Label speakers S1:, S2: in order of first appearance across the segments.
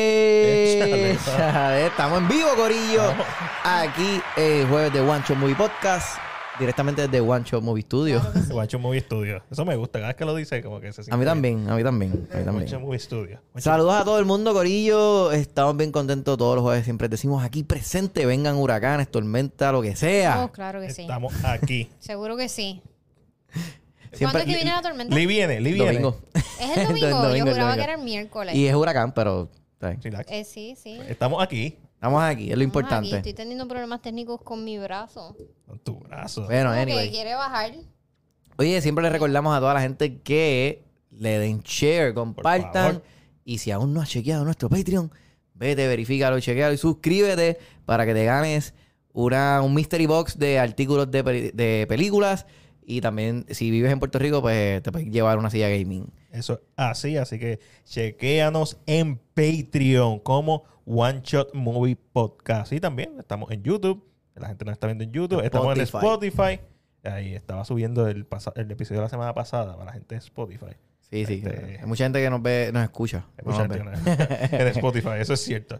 S1: ¡Ey!
S2: Échale.
S1: Estamos en vivo, Corillo.
S2: Vamos.
S1: Aquí, eh, jueves de One Shot Movie Podcast, directamente desde One Shot Movie Studio.
S2: Guacho Movie Studio. Eso me gusta. Cada vez que lo dice, como que se siente.
S1: A mí también, a mí también, a mí
S2: Guacho
S1: también.
S2: Movie Studio. Guacho-
S1: Saludos a todo el mundo, Corillo. Estamos bien contentos todos los jueves. Siempre decimos aquí presente, vengan huracanes, tormenta, lo que sea.
S3: Oh, claro que sí.
S2: Estamos aquí.
S3: Seguro que sí. ¿Cuándo
S1: Siempre-
S3: es que viene la tormenta?
S2: Lee viene, Lee viene.
S1: Domingo.
S3: Es el domingo.
S1: El domingo, el
S3: Yo juraba
S1: domingo.
S3: que era el miércoles.
S1: Y es huracán, pero ¿sabes?
S2: Relax.
S3: Eh, sí, sí.
S2: Estamos aquí.
S1: estamos aquí, es lo
S3: Estamos aquí.
S1: importante.
S3: Estoy teniendo problemas técnicos con mi brazo.
S2: Con tu brazo.
S1: Bueno,
S3: Como que
S1: anyway.
S3: quiere bajar.
S1: Oye, siempre le recordamos a toda la gente que le den share, compartan.
S2: favor.
S1: Y si aún no has chequeado nuestro Patreon, vete, verifícalo, chequealo y suscríbete para que te ganes una, un mystery box de artículos de, peli- de películas. Y también, si vives en Puerto Rico, pues te puedes llevar una silla gaming.
S2: Eso es así. Así que chequéanos en Patreon como One Shot Movie Podcast. Y también estamos en YouTube. La gente nos está viendo en YouTube. Estamos
S1: Spotify.
S2: en Spotify. Ahí estaba subiendo el, pasa- el episodio de la semana pasada para la gente de Spotify.
S1: Sí, sí.
S2: Este-
S1: Hay mucha gente que nos ve, nos escucha.
S2: Escucha
S1: No nos ve.
S2: en Spotify, eso es cierto.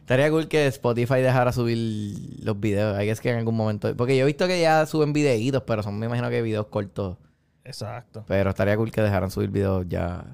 S1: Estaría cool que Spotify dejara subir los videos. Hay que es que en algún momento. Porque yo he visto que ya suben videitos, pero son, me imagino que videos cortos.
S2: Exacto.
S1: Pero estaría cool que dejaran subir videos ya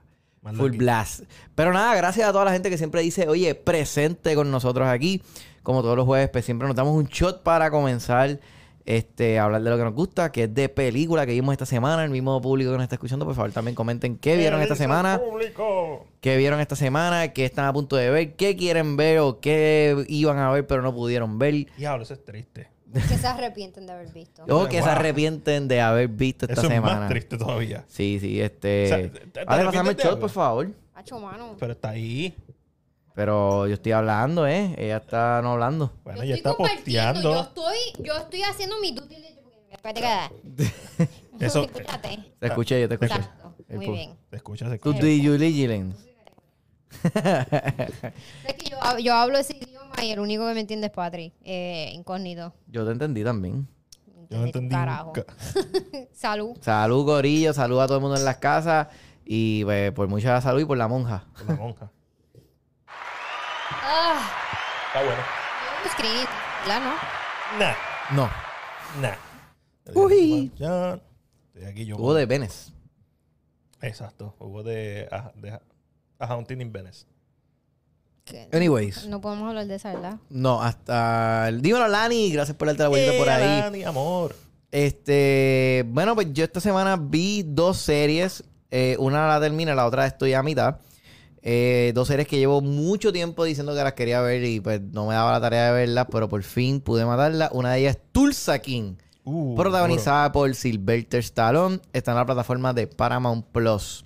S2: Más
S1: full
S2: larguito.
S1: blast. Pero nada, gracias a toda la gente que siempre dice, oye, presente con nosotros aquí. Como todos los jueves, pues siempre nos damos un shot para comenzar este, a hablar de lo que nos gusta, que es de película que vimos esta semana. El mismo público que nos está escuchando, por favor, también comenten qué vieron esta
S2: dice el
S1: semana,
S2: público?
S1: qué vieron esta semana, qué están a punto de ver, qué quieren ver o qué iban a ver pero no pudieron ver.
S2: Diablo, eso es triste.
S3: Que se arrepienten de haber visto.
S1: O que se
S2: Wow.
S1: arrepienten de haber visto esta
S2: Eso es
S1: semana.
S2: más triste todavía.
S1: Sí, sí, este.
S2: O sea, te- te
S1: Vale, pásame
S2: arrepientes
S1: el
S2: de
S1: shot,
S2: algo.
S1: por favor.
S3: Hacho mano.
S2: Pero está ahí.
S1: Pero yo estoy hablando, ¿eh? Ella está no hablando.
S2: Bueno,
S3: Yo
S2: ya
S3: estoy
S2: está
S3: compartiendo,
S2: posteando.
S3: Yo estoy, yo estoy haciendo mi due diligence. Espérate, cada.
S2: Eso-
S3: Espérate.
S1: Te escuché, yo te escuché.
S3: Exacto. Muy
S1: Pu-
S3: bien.
S2: ¿Te escuchas?
S1: Tu due diligence.
S3: Es que yo, yo hablo ese idioma y el único que me entiende es Patrick. Eh, incógnito.
S1: Yo te entendí también.
S2: Yo no entendí.
S3: Carajo.
S2: nunca.
S3: Salud.
S1: Salud, gorillo. Salud a todo el mundo en las casas. Y pues, por mucha salud y por la monja.
S2: Con La monja.
S3: Ah,
S2: Está bueno.
S3: yo lo escribí, ¿verdad, no?
S2: Nah,
S1: No.
S2: nah.
S1: Uy.
S2: Estoy aquí yo.
S1: Hugo de Venice.
S2: Exacto. Hugo de. A, de a Haunting in Venice.
S3: Que-
S1: Anyways.
S3: No podemos hablar de esa, ¿verdad?
S1: No, hasta. el- Dímelo, Lani. Gracias por darte la vuelta por
S2: Eh,
S1: ahí.
S2: Alani, amor.
S1: Este, bueno, pues yo esta semana vi dos series. Eh, una la termina, la otra estoy a mitad. Eh, dos series que llevo mucho tiempo diciendo que las quería ver y pues no me daba la tarea de verlas, pero por fin pude matarla. Una de ellas es Tulsa King,
S2: Uh,
S1: protagonizada por Sylvester Stallone. Está en la plataforma de Paramount Plus.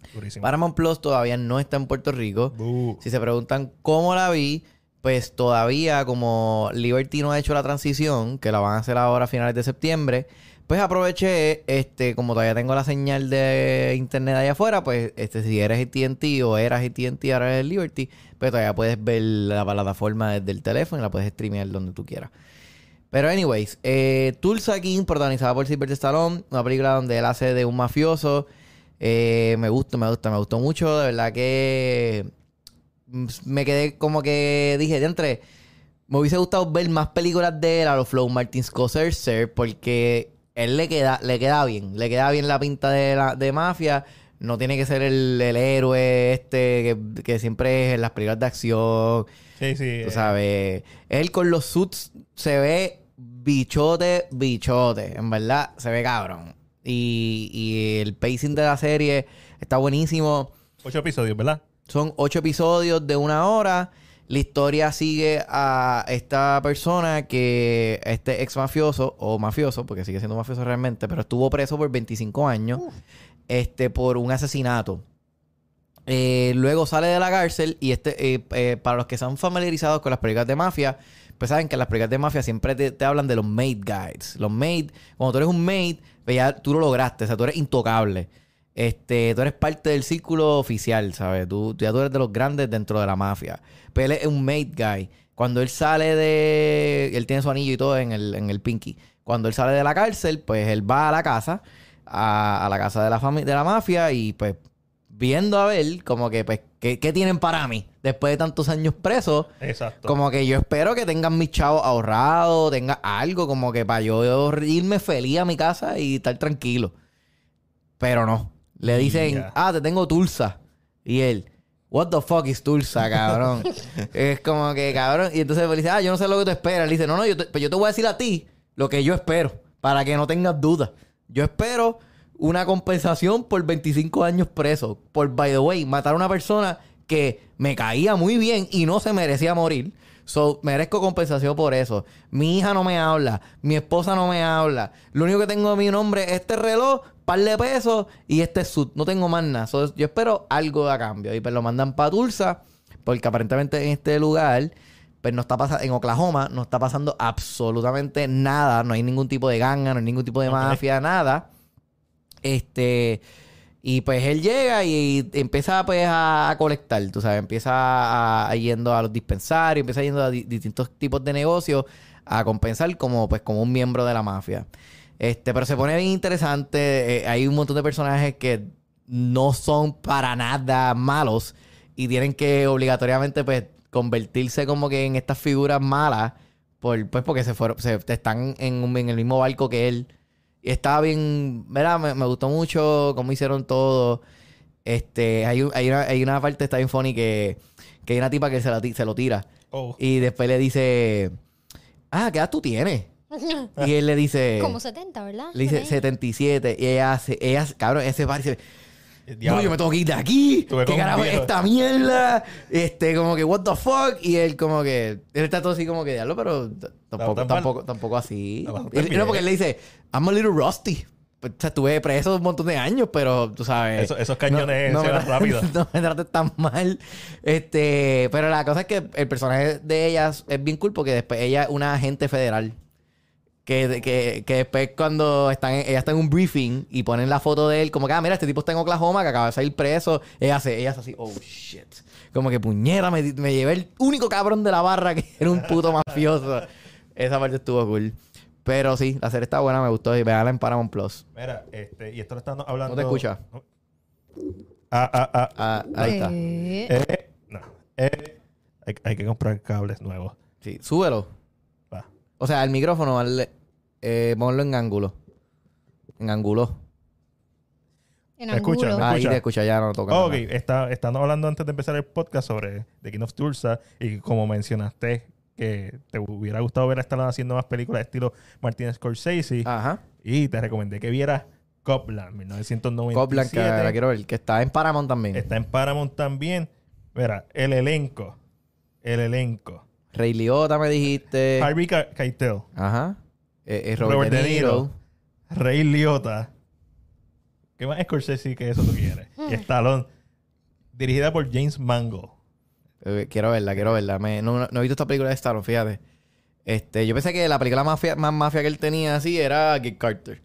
S2: duro, Durísimo. Uh,
S1: Paramount Plus todavía no está en Puerto Rico.
S2: Bu.
S1: Si se preguntan cómo la vi, pues todavía como Liberty no ha hecho la transición, que la van a hacer ahora a finales de septiembre, pues aproveché, este, como todavía tengo la señal de internet allá afuera, pues este, si eres AT&T o eras AT&T, ahora eres Liberty, pues todavía puedes ver la plataforma desde el teléfono y la puedes streamear donde tú quieras. Pero anyways, eh, Tulsa King, protagonizada por Sylvester Stallone, una película donde él hace de un mafioso. Eh, me gusta, me gusta, me gustó mucho. De verdad que mm, me quedé como que dije, entre me hubiese gustado ver más películas de él a los Flow Martin Scorsese porque él le queda, le queda bien, le queda bien la pinta de, la, de mafia. No tiene que ser el, el héroe este que, que siempre es en las películas de acción.
S2: Sí, sí.
S1: Tú
S2: eh,
S1: sabes, él con los suits se ve bichote, bichote. En verdad, se ve cabrón. Y, y el pacing de la serie está buenísimo.
S2: Ocho episodios, ¿verdad?
S1: Son ocho episodios de una hora. La historia sigue a esta persona que, este ex mafioso, o mafioso, porque sigue siendo mafioso realmente, pero estuvo preso por 25 años este, por un asesinato. Eh, luego sale de la cárcel y este, eh, eh, para los que están familiarizados con las películas de mafia, pues saben que las películas de mafia siempre te, te hablan de los maid guides. Los maid, cuando tú eres un maid, pues ya tú lo lograste, o sea, tú eres intocable. Este, tú eres parte del círculo oficial, ¿sabes? Tú, tú ya tú eres de los grandes dentro de la mafia. Pero él es un maid guy. Cuando él sale de... Él tiene su anillo y todo en el, en el pinky. Cuando él sale de la cárcel, pues él va a la casa, a, a la casa de la, fami- de la mafia y pues viendo a ver como que pues ¿Qué, qué tienen para mí? Después de tantos años presos,
S2: Exacto.
S1: como que yo espero que tengan mis chavos ahorrados, tenga algo como que para yo irme feliz a mi casa y estar tranquilo. Pero no. Le dicen,
S2: Ya.
S1: ah, te tengo Tulsa. Y él, what the fuck is Tulsa, cabrón? es como que, cabrón. Y entonces le dice, ah, yo no sé lo que te espera. Le dice, no, no, yo te, pues yo te voy a decir a ti lo que yo espero, para que no tengas dudas. Yo espero una compensación por 25 años preso. Por, by the way, matar a una persona que me caía muy bien y no se merecía morir. So, merezco compensación por eso. Mi hija no me habla, mi esposa no me habla. Lo único que tengo de mi nombre es este reloj, par de pesos y este sud. No tengo más nada. So, yo espero algo a cambio. Y pues lo mandan para Tulsa, porque aparentemente en este lugar, pues no está pasando, en Oklahoma, no está pasando absolutamente nada. No hay ningún tipo de ganga, no hay ningún tipo de
S2: Ok.
S1: mafia, nada. Este. Y pues él llega y, empieza pues a, a colectar, tú sabes, empieza a, a yendo a los dispensarios, empieza yendo a di- distintos tipos de negocios a compensar como pues como un miembro de la mafia. Este, pero se pone bien interesante, eh, hay un montón de personajes que no son para nada malos y tienen que obligatoriamente pues convertirse como que en estas figuras malas por, pues porque se fueron, se, están en, un- en el mismo barco que él. Y estaba bien, ¿verdad? Me, me gustó mucho cómo hicieron todo. Este, hay, un- hay, una, hay una parte, está bien funny, que, que hay una tipa que se, la ti- se lo tira.
S2: Oh.
S1: Y después le dice, ah, ¿qué edad tú tienes? Y él le dice,
S3: Como 70,
S1: Eh,
S3: ¿verdad?
S1: le dice
S3: Por ahí.
S1: 77. Y ella hace, ella, hace- cabrón, ese bar dice, no,
S2: Diablo.
S1: yo me tengo que ir de aquí.
S2: Tú me
S1: ¿Qué carajo es
S2: convieras.
S1: esta mierda? Este, como que, what the fuck. Y él, como que, él está todo así, como que, diablo, pero t- tampoco,
S2: tan mal.
S1: tampoco, tampoco así.
S2: No, no,
S1: Y- y no, porque él le dice, I'm a little rusty. Pues, o sea, estuve preso un montón de años, pero tú sabes.
S2: Eso- esos cañones se
S1: me
S2: van
S1: tra-
S2: rápido.
S1: No me trates tan mal. Este, pero la cosa es que el personaje de ella es bien cool porque después ella es una agente federal. Que, que, que después cuando están, en- ella está en un briefing y ponen la foto de él, como que, ah, mira, este tipo está en Oklahoma, que acaba de salir preso. Ella hace, ella hace así, oh, shit. Como que puñera, me, me llevé el único cabrón de la barra que era un puto mafioso. Esa parte estuvo cool. Pero sí, la serie está buena, me gustó. Y veanla en Paramount Plus.
S2: Mira, este, y esto lo están hablando.
S1: No te escucha.
S2: Ah, ah, ah.
S1: Ah, ahí está.
S3: ¿Qué?
S2: Eh, no. Eh, hay, hay que comprar cables nuevos.
S1: Sí, súbelo.
S2: Va.
S1: O sea, el micrófono, al- eh, ponlo en ángulo. En ángulo.
S3: En
S2: ¿Me escuchan?
S3: ángulo.
S2: ¿Me
S1: Ahí
S2: escucha?
S1: te escucha, ya no toca.
S2: ok,
S1: nada.
S2: está, están hablando antes de empezar el podcast sobre The King of Tulsa y como mencionaste que te hubiera gustado ver estar haciendo más películas estilo Martin Scorsese
S1: Ajá.
S2: y te recomendé que vieras Copland 1997.
S1: Copland, que la quiero ver, que está en Paramount también.
S2: Está en Paramount también. Mira, el elenco. El elenco.
S1: Rey Liotta me dijiste.
S2: Harvey Ca- Keitel,
S1: Ajá. Eh, eh, Robert, De Niro.
S2: Ray Liotta. ¿Qué más Scorsese que eso tú quieres?
S1: Mm.
S2: y Stallone. Dirigida por James Mangold.
S1: Eh, quiero verla, quiero verla. Me- no, no- no he visto esta película de Stallone, fíjate. Este, yo pensé que la película mafia- más mafia que él tenía así era Get Carter.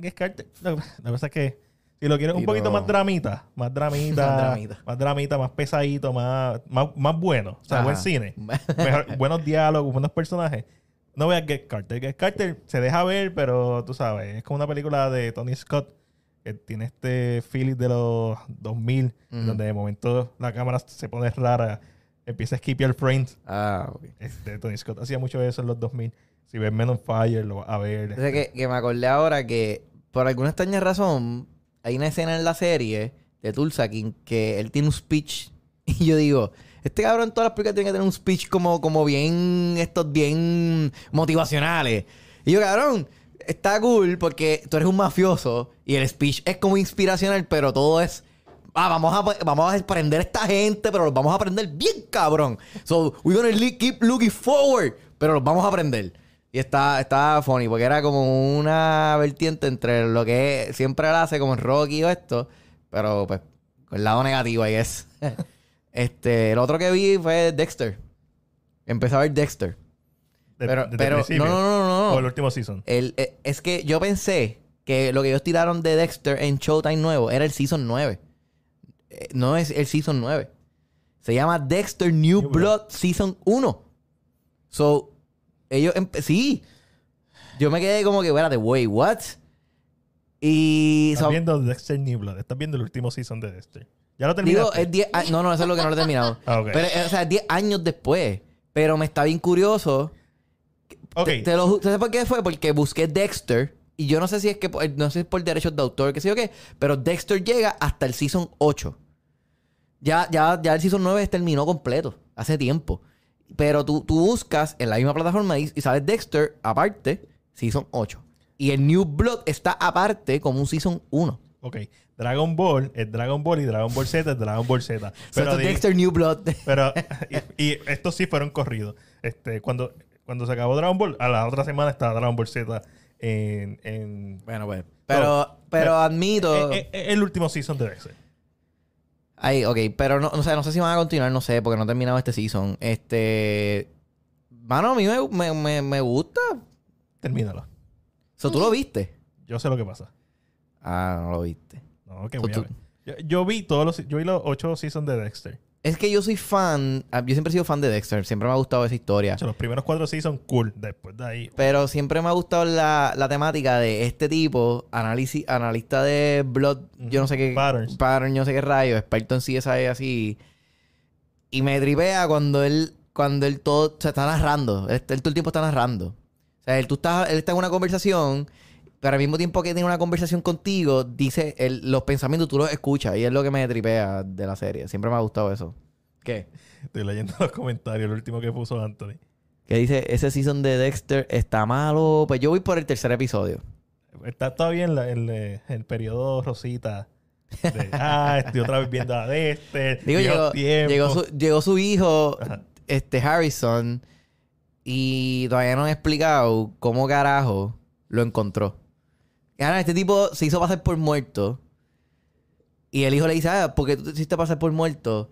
S2: Es que arte- lo- La cosa es que si lo quieres un
S1: Sí,
S2: poquito
S1: no.
S2: más dramita, más dramita,
S1: Más dramita.
S2: más dramita, más pesadito, más, más, más bueno, o sea,
S1: Ajá.
S2: buen cine, mejor- buenos diálogos, buenos personajes. No veas Get Carter. Get Carter se deja ver, pero tú sabes, es como una película de Tony Scott que tiene este feeling de los 2000,
S1: Ujú.
S2: donde de momento la cámara se pone rara, empieza a skip your frame.
S1: Ah, ok.
S2: Este, Tony Scott hacía mucho eso en los 2000. Si ves Men on Fire, lo vas a ver.
S1: O sea, que, que me acordé ahora que por alguna extraña razón hay una escena en la serie de Tulsa King que él tiene un speech y yo digo, este cabrón en todas las películas tiene que tener un speech como, como bien, estos bien motivacionales. Y yo, cabrón, está cool porque tú eres un mafioso y el speech es como inspiracional, pero todo es... Ah, vamos a, vamos a aprender a esta gente, pero los vamos a aprender bien, cabrón. So, we're gonna li- keep looking forward, pero los vamos a aprender. Y está, está funny, porque era como una vertiente entre lo que siempre él hace, como en Rocky o esto, pero pues con el lado negativo, I guess. este, el otro que vi fue Dexter. Empecé a ver Dexter.
S2: de-
S1: pero,
S2: desde el
S1: pero, no,
S2: principio.
S1: no, no, no.
S2: O
S1: no.
S2: el último season.
S1: El- eh, es que yo pensé que lo que ellos tiraron de Dexter en Showtime nuevo era el Season 9. Eh, no es el Season 9. Se llama Dexter New,
S2: New
S1: Blood,
S2: Blood.
S1: Season 1. So, ellos... empe- Sí. Yo me quedé como que, de wait, what? Y...
S2: Estás
S1: so-
S2: viendo Dexter New Blood. Estás viendo el último season de Dexter. Ya lo
S1: Digo,
S2: terminaste.
S1: es 10 a- No, no, eso es lo que no lo he terminado.
S2: Ah, ok.
S1: Pero, eh, o sea, es 10 años después. Pero me está bien curioso.
S2: ok.
S1: Te, te lo ju- ¿Sabes por qué fue? Porque busqué Dexter. Y yo no sé si es que por- no sé si es por derechos de autor, qué sé yo qué. Pero Dexter llega hasta el season 8. Ya, ya, ya el season 9 terminó completo. Hace tiempo. Pero tú, tú buscas en la misma plataforma y, y sabes Dexter aparte, season 8. Y el New Blood está aparte como un season 1.
S2: Ok. Dragon Ball es Dragon Ball y Dragon Ball Z es Dragon Ball Z.
S1: Pero
S2: Pero, di-
S1: Dexter New Blood.
S2: pero y, y estos sí fueron corridos. Este, cuando, cuando se acabó Dragon Ball, a la otra semana estaba Dragon Ball Z en, en-
S1: Bueno, pues. Pero, pero admito.
S2: eh, eh, el último season de Dexter.
S1: Ay, ok, pero no, o sea, no sé si van a continuar, no sé, porque no he terminado este season. Este. Mano, a mí me, me, me- me gusta.
S2: Termínalo.
S1: O sea, tú lo viste.
S2: Yo sé lo que pasa.
S1: Ah, no lo viste.
S2: No, que
S1: So
S2: voy a
S1: tú-
S2: ver. Yo, yo vi todos los, yo vi los ocho seasons de Dexter.
S1: Es que yo soy fan. ah, Yo siempre he sido fan de Dexter. Siempre me ha gustado esa historia.
S2: Chacho, los primeros cuatro seasons, cool. Después de ahí,
S1: Pero siempre me ha gustado la, la temática de este tipo, análisis, analista de Blood, yo no sé qué.
S2: Patterns.
S1: Pattern, yo no sé qué rayo, experto en CSI así. Y me tripea cuando él, cuando él todo se está narrando. Él, él todo el tiempo está narrando. O sea, él, tú estás, él está en una conversación, pero al mismo tiempo que tiene una conversación contigo, dice él- los pensamientos, tú los escuchas. Y es lo que me tripea de la serie. Siempre me ha gustado eso. ¿Qué?
S2: estoy leyendo los comentarios, el último que puso Anthony.
S1: Que dice, ese season de Dexter está malo. Pues yo voy por el tercer episodio.
S2: Está todavía en la- el, eh, el periodo Rosita. De, ah, estoy otra vez viendo a Dexter.
S1: Digo,
S2: viejos
S1: llegó,
S2: tiempos".
S1: llegó su, llegó su hijo,
S2: Ajá.
S1: este Harrison, y todavía no han explicado cómo carajo lo encontró. Y ahora este tipo se hizo pasar por muerto. Y el hijo le dice, ah, porque tú te hiciste pasar por muerto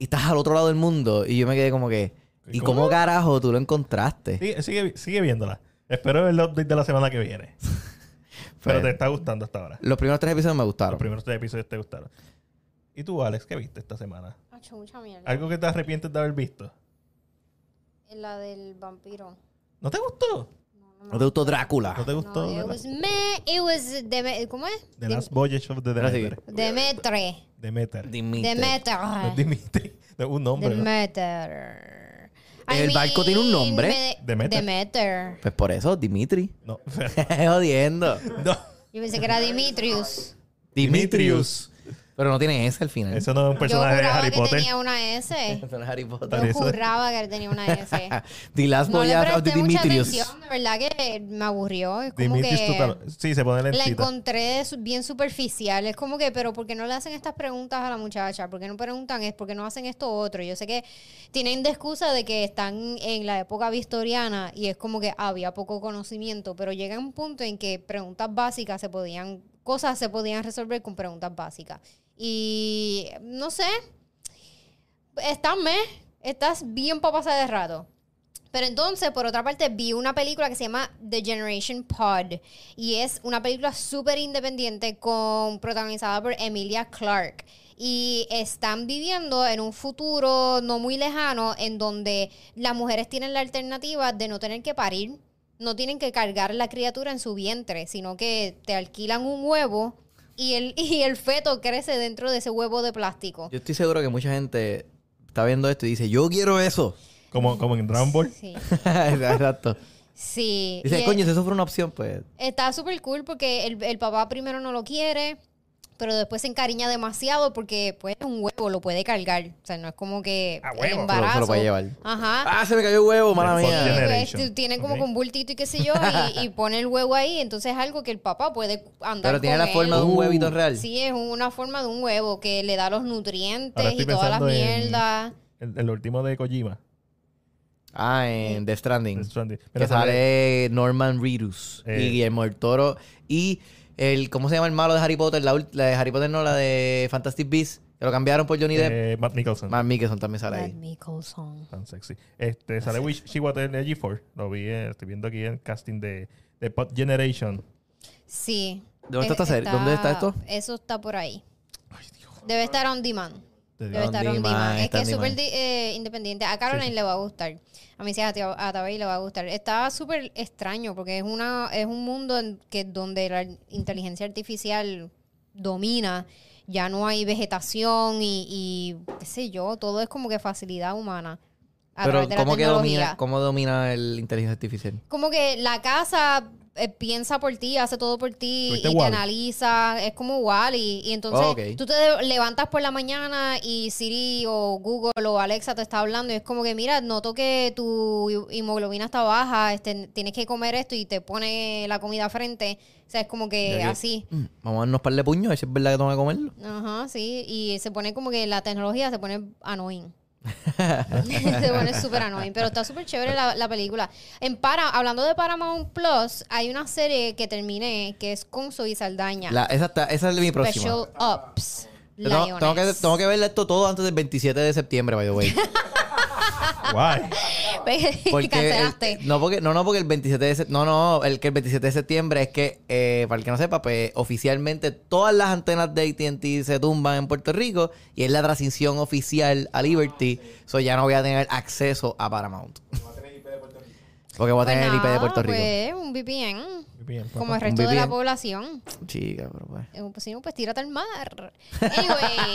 S1: y estás al otro lado del mundo. Y yo me quedé como que, ¿y
S2: ¿Cómo?
S1: cómo carajo tú lo encontraste?
S2: Sigue, sigue, sigue viéndola. Espero el update de la semana que viene. Pero
S1: Pues,
S2: te está gustando hasta ahora.
S1: Los primeros tres episodios me
S2: Los
S1: gustaron.
S2: primeros tres episodios te gustaron. ¿Y tú, Alex, qué viste esta semana?
S3: Acho, mucha mierda.
S2: ¿Algo que te arrepientes de haber visto?
S3: La del vampiro.
S2: ¿No te gustó?
S3: No, no,
S1: ¿No te gustó Drácula?
S2: ¿No te gustó?
S3: Ah, No, it was me, it was Deme- ¿Cómo es?
S2: The
S3: Dem-
S2: Last Voyage of the
S1: Ahora sí.
S2: Demeter.
S3: Demetre.
S2: Demeter.
S1: Dimitri.
S3: Demeter.
S2: No, Dimitri. No, Un nombre. ¿no?
S3: Demeter.
S1: ¿El barco tiene un nombre?
S3: me-
S2: Demeter.
S3: Demeter.
S1: Pues por eso, Dimitri.
S2: No.
S1: Jodiendo.
S2: No.
S3: Yo pensé que era Dimitrius.
S2: Dimitrius.
S1: Pero no tiene S al final.
S2: Eso no es un personaje Pues
S3: Yo
S2: de
S3: juraba
S2: Harry
S3: que
S2: Potter.
S3: tenía una S.
S1: Son Harry Potter.
S2: Por
S3: Yo
S2: eso.
S3: juraba que tenía una S.
S1: The Last
S3: No le
S1: Voyage of
S3: presté mucha
S1: Dimitrius.
S3: atención, de verdad que me aburrió. Es como
S2: Dimitrius
S3: que
S2: total. Sí, se pone
S3: la
S2: lentita.
S3: encontré su- bien superficial. Es como que, pero ¿por qué no le hacen estas preguntas a la muchacha? ¿Por qué no preguntan es ¿Por qué no hacen esto otro? Yo sé que tienen de excusa de que están en la época victoriana y es como que había poco conocimiento, pero llega un punto en que preguntas básicas se podían, cosas se podían resolver con preguntas básicas. Y no sé, estás me, estás bien para pasar de rato. Pero entonces, por otra parte, vi una película que se llama The Generation Pod. Y es una película súper independiente con, protagonizada por Emilia Clarke. Y están viviendo en un futuro no muy lejano en donde las mujeres tienen la alternativa de no tener que parir. No tienen que cargar la criatura en su vientre, sino que te alquilan un huevo y el, y el feto crece dentro de ese huevo de plástico.
S1: Yo estoy seguro que mucha gente está viendo esto y dice, yo quiero eso.
S2: Como, como en Dragon Ball.
S3: Sí.
S1: Exacto.
S3: Sí.
S1: Dice,
S3: Y-
S1: coño, si eso fuera una opción, pues...
S3: Está súper cool porque el, el papá primero no lo quiere, pero después se encariña demasiado porque pues un huevo lo puede cargar. O sea, no es como que
S2: Ah,
S3: el
S2: huevo.
S1: Se
S3: embarazo.
S1: lo puede llevar.
S3: Ajá.
S1: Ah, se me cayó el huevo, mala
S2: Del
S1: mía.
S2: podcast.
S3: Sí,
S2: Generation.
S3: pues, tiene como
S2: Ok.
S3: con bultito y qué sé yo, y, y pone el huevo ahí, entonces es algo que el papá puede andar
S1: Pero tiene la
S3: con
S1: forma de
S3: él.
S2: Uh.
S1: un huevito real.
S3: Sí, es una forma de un huevo que le da los
S2: Ahora
S3: nutrientes
S2: estoy
S3: y todas las
S2: pensando en-
S3: mierdas.
S2: El, el último de Kojima.
S1: Ah, en The Stranding.
S2: Death Stranding. Mira,
S1: Que sale Norman Reedus
S2: Eh.
S1: y Guillermo del Toro. Y el... ¿Cómo se llama el malo de Harry Potter? La, ult- la de Harry Potter no, la de Fantastic Beasts. Que lo cambiaron por Johnny Depp.
S2: eh, Matt Nicholson.
S1: Matt Mickelson también sale
S3: Matt
S1: ahí.
S3: Mickelson.
S2: Tan sexy. Este, sale Wish She Water de G4. Lo vi, eh, estoy viendo aquí en casting de, de Pod Generation.
S3: Sí.
S1: ¿Dónde está esta serie? ¿Dónde está esto?
S3: Eso Eh, está por ahí.
S2: Ay, Dios.
S3: Debe estar on demand.
S2: Te digo.
S1: Yo-
S3: Debe estar on
S1: Demand,
S3: demand. Es
S1: está
S3: que
S1: on
S3: es súper
S1: demand.
S3: di- eh, independiente. A Caroline le va a gustar. A mis hijas, a Tabay le va a gustar. Está súper extraño porque es una es un mundo en que donde la inteligencia artificial domina ya no hay vegetación y, y qué sé yo, todo es como que facilidad humana. A
S1: Pero
S3: través de la
S1: ¿cómo, que domina,
S3: tecnología.
S1: ¿cómo domina el inteligencia artificial?
S3: Como que la casa eh, piensa por ti, hace todo por ti y
S2: ¿Tuviste
S3: te
S2: Wall-E?
S3: analiza. Es como Wally. Y entonces
S1: Oh, ok.
S3: tú te de- levantas por la mañana y Siri o Google o Alexa te está hablando y es como que, mira, noto que tu hemoglobina está baja, este, tienes que comer esto y te pone la comida frente. O sea, es como
S1: Ya
S3: que
S1: que-
S3: así.
S1: Mm, Vamos a darnos par de puños, a ver si es verdad que tengo que comerlo.
S3: Ajá, sí. Y se pone como que la tecnología se pone annoying. se pone súper annoying. Pero está súper chévere la, la película. En para, hablando de Paramount Plus, hay una serie que terminé que es con y Saldaña.
S1: La- esa, está- esa es mi próxima.
S3: Special Ops.
S1: Tengo, tengo que,
S3: Lioness.
S1: tengo que ver esto todo antes del 27 de septiembre, by the way.
S2: Guay.
S1: Porque eh,
S3: Cancelaste.
S1: el- no, porque, no, no, porque el 27 de septiembre, no, no, el que el 27 de septiembre es que, eh, para el que no sepa, pues oficialmente todas las antenas de AT&T se tumban en Puerto Rico y es la transición oficial a Liberty, so ya no voy a tener acceso a Paramount. Porque voy a
S3: Pues
S1: tener el IP de
S3: nada,
S1: Puerto Rico.
S3: Pues un VPN.
S2: Bien, papá.
S3: Como el
S1: Un
S3: resto de la
S1: VPN.
S3: población.
S1: Chica, pero pues.
S3: Eh, Pues, si no, pues tírate al mar.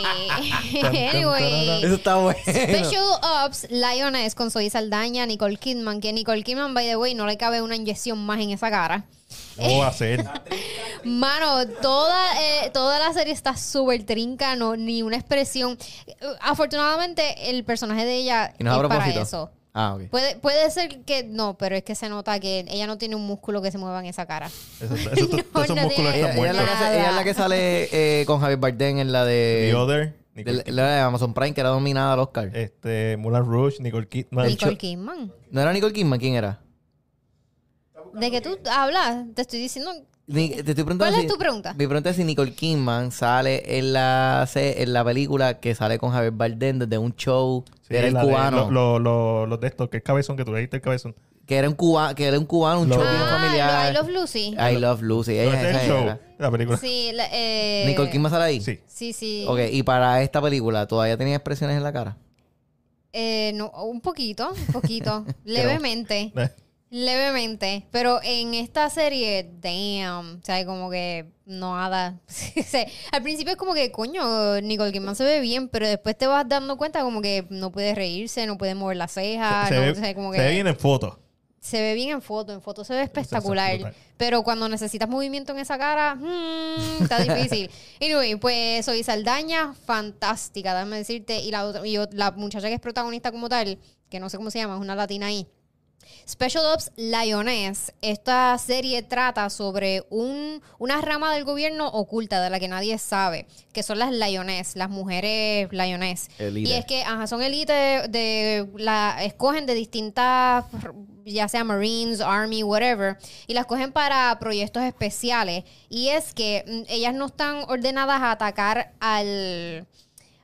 S3: Anyway. anyway.
S1: Eso está bueno.
S3: Special Ops, Lioness con Zoe Saldaña, Nicole Kidman, que Nicole Kidman, by the way, no le cabe una inyección más en esa cara.
S2: ¿Cómo va a ser?
S3: Mano, toda, eh, toda la serie está súper trinca, no, ni una expresión. Eh, Afortunadamente, el personaje de ella
S1: Y no es
S3: es
S1: a
S3: para
S1: propósito.
S3: eso. Pues,
S1: Ah, ok.
S3: Puede, puede ser que no, pero es que se nota que ella no tiene un músculo que se mueva en esa cara.
S2: Eso, eso- eso-
S3: No,
S2: todos esos
S3: no
S2: músculos
S3: tiene-
S1: Ella, ella
S2: están
S1: es la que,
S2: muertos.
S1: hace- ella es la que sale eh, con Javier Bardem en la de, Eh.
S2: The Other,
S1: de,
S2: Nicole,
S1: la- la de Amazon Prime, que era dominada al Oscar.
S2: este, Mulan Rouge, Nicole Kidman.
S3: Nicole Kidman.
S1: ¿No era Nicole Kidman? ¿Quién era?
S3: ¿De qué tú hablas? Te estoy diciendo.
S1: Ni- te estoy preguntando
S3: ¿Cuál es
S1: si-
S3: tu pregunta?
S1: Mi pregunta es si Nicole Kidman sale en la, se- en la película que sale con Javier Bardem desde un show
S2: Sí,
S1: que era el
S2: la de-
S1: cubano.
S2: lo- lo- lo- Los de estos, que es cabezón, que tú leíste el cabezón.
S1: que, era un cuba, que era un cubano, un
S2: Lo-
S1: show
S2: Muy
S3: ah,
S1: bien
S3: lo-
S1: familiar.
S3: I Love Lucy.
S1: I love Lucy.
S2: No,
S1: Ella,
S2: ese es
S1: esa
S2: el show,
S1: era.
S2: la película.
S3: Sí, la- eh,
S1: Nicole Kidman sale ahí.
S2: Sí.
S3: Sí, sí.
S1: Ok, y para esta película, ¿todavía tenía expresiones en la cara?
S3: Eh, no, un poquito, un poquito, levemente, levemente. Pero en esta serie, damn, o sea, como que nada. O sea, Al principio es como que, coño, Nicole Kidman se ve bien, pero después te vas dando cuenta como que no puede reírse, no puede mover las cejas,
S2: se,
S3: Ah, no,
S2: ve,
S3: o sea, como
S2: se
S3: que
S2: ve bien en foto.
S3: se ve bien en foto, en foto se ve espectacular,
S2: brutal.
S3: pero cuando necesitas movimiento en esa cara, mm, está difícil. anyway, pues soy Saldaña, fantástica, déjame decirte, y la, otra- y ot- la muchacha que es protagonista como tal, que no sé cómo se llama, es una latina ahí. Special Ops Lioness. Esta serie trata sobre un, una rama del gobierno oculta de la que nadie sabe, que son las Lioness, las mujeres Lioness.
S1: Elite.
S3: Y es que ajá, son élite de la escogen de distintas ya sea Marines, Army, whatever, y las cogen para proyectos especiales. Y es que mm, ellas no están ordenadas a atacar al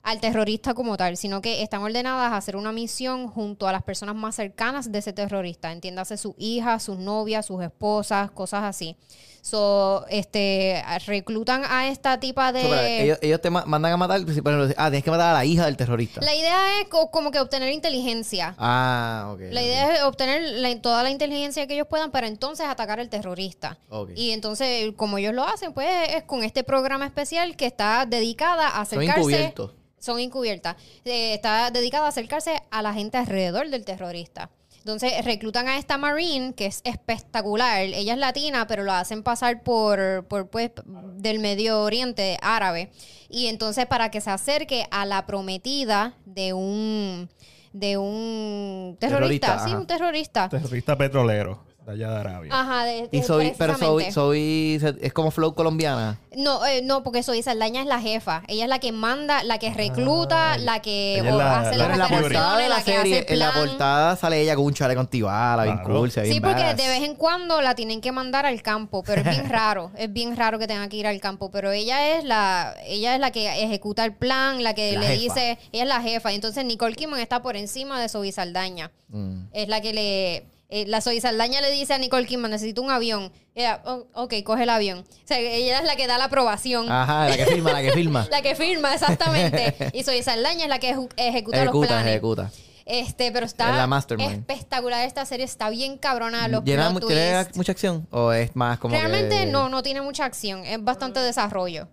S3: al terrorista como tal, sino que están ordenadas a hacer una misión junto a las personas más cercanas de ese terrorista, entiéndase su hija, sus novias, sus esposas, cosas así. So, este, reclutan a esta tipa de...
S1: So, espera, ellos, ellos te ma- mandan a matar. pues, por ejemplo, ah, tienes que matar a la hija del terrorista.
S3: La idea es co- como que obtener inteligencia.
S1: Ah, ok.
S3: La idea es obtener la- toda la inteligencia que ellos puedan para entonces atacar al terrorista.
S1: Ok.
S3: Y entonces, como ellos lo hacen, pues es con este programa especial que está dedicada a
S1: Son
S3: acercarse...
S1: encubiertos.
S3: Son encubiertas. Eh, está dedicada a acercarse a la gente alrededor del terrorista. Entonces reclutan a esta Marine, que es espectacular. Ella es latina, pero lo hacen pasar por, por pues, del Medio Oriente árabe. Y entonces para que se acerque a la prometida de un de un terrorista,
S1: Terrorista,
S3: sí,
S1: ajá.
S3: un terrorista.
S2: Terrorista petrolero de allá de Arabia.
S3: Ajá, de,
S1: Y
S3: de-
S1: soy, pero soy,
S3: precisamente.
S1: soy, es como flow colombiana.
S3: No, eh, no, porque soy Saldaña es la jefa. Ella es la que manda, la que recluta,
S2: Ah,
S3: la que
S2: ella es
S3: o-
S2: la-
S3: hace
S1: Pero
S2: la-
S3: las
S1: en la
S2: Operaciones,
S1: portada de
S3: operaciones,
S1: la,
S3: la que hace
S1: serie,
S3: el
S1: en la
S3: plan.
S1: portada sale ella con un chaleco antibala, bien
S2: Claro.
S1: cool, se ve
S3: Sí,
S1: bien
S3: porque
S1: badass.
S3: de vez en cuando la tienen que mandar al campo, pero es bien raro, es bien raro que tenga que ir al campo, pero ella es la ella es la que ejecuta el plan, la que
S1: La
S3: le
S1: jefa.
S3: dice, ella es la jefa, entonces Nicole Kidman está por encima de Zoe Saldaña.
S1: Mm.
S3: Es la que le eh, la Zoe Saldaña le dice a Nicole Kidman, necesito un avión. Ella, "Oh, ok, coge el avión. O sea, ella es la que da la aprobación.
S1: Ajá, la que filma, la que filma.
S3: La que firma, exactamente. Y Zoe Saldaña es la que eju- ejecuta, los
S1: ejecuta,
S3: planes.
S1: ejecuta.
S3: Este, pero
S1: Es
S3: está
S1: la mastermind.
S3: espectacular esta serie, está bien cabrona. Ah, Los
S1: ¿Llena
S3: plot
S1: mu- ¿Tiene
S3: twists.
S1: mucha acción? ¿O es más como
S3: Realmente
S1: que-
S3: no, no tiene mucha acción, es bastante desarrollo.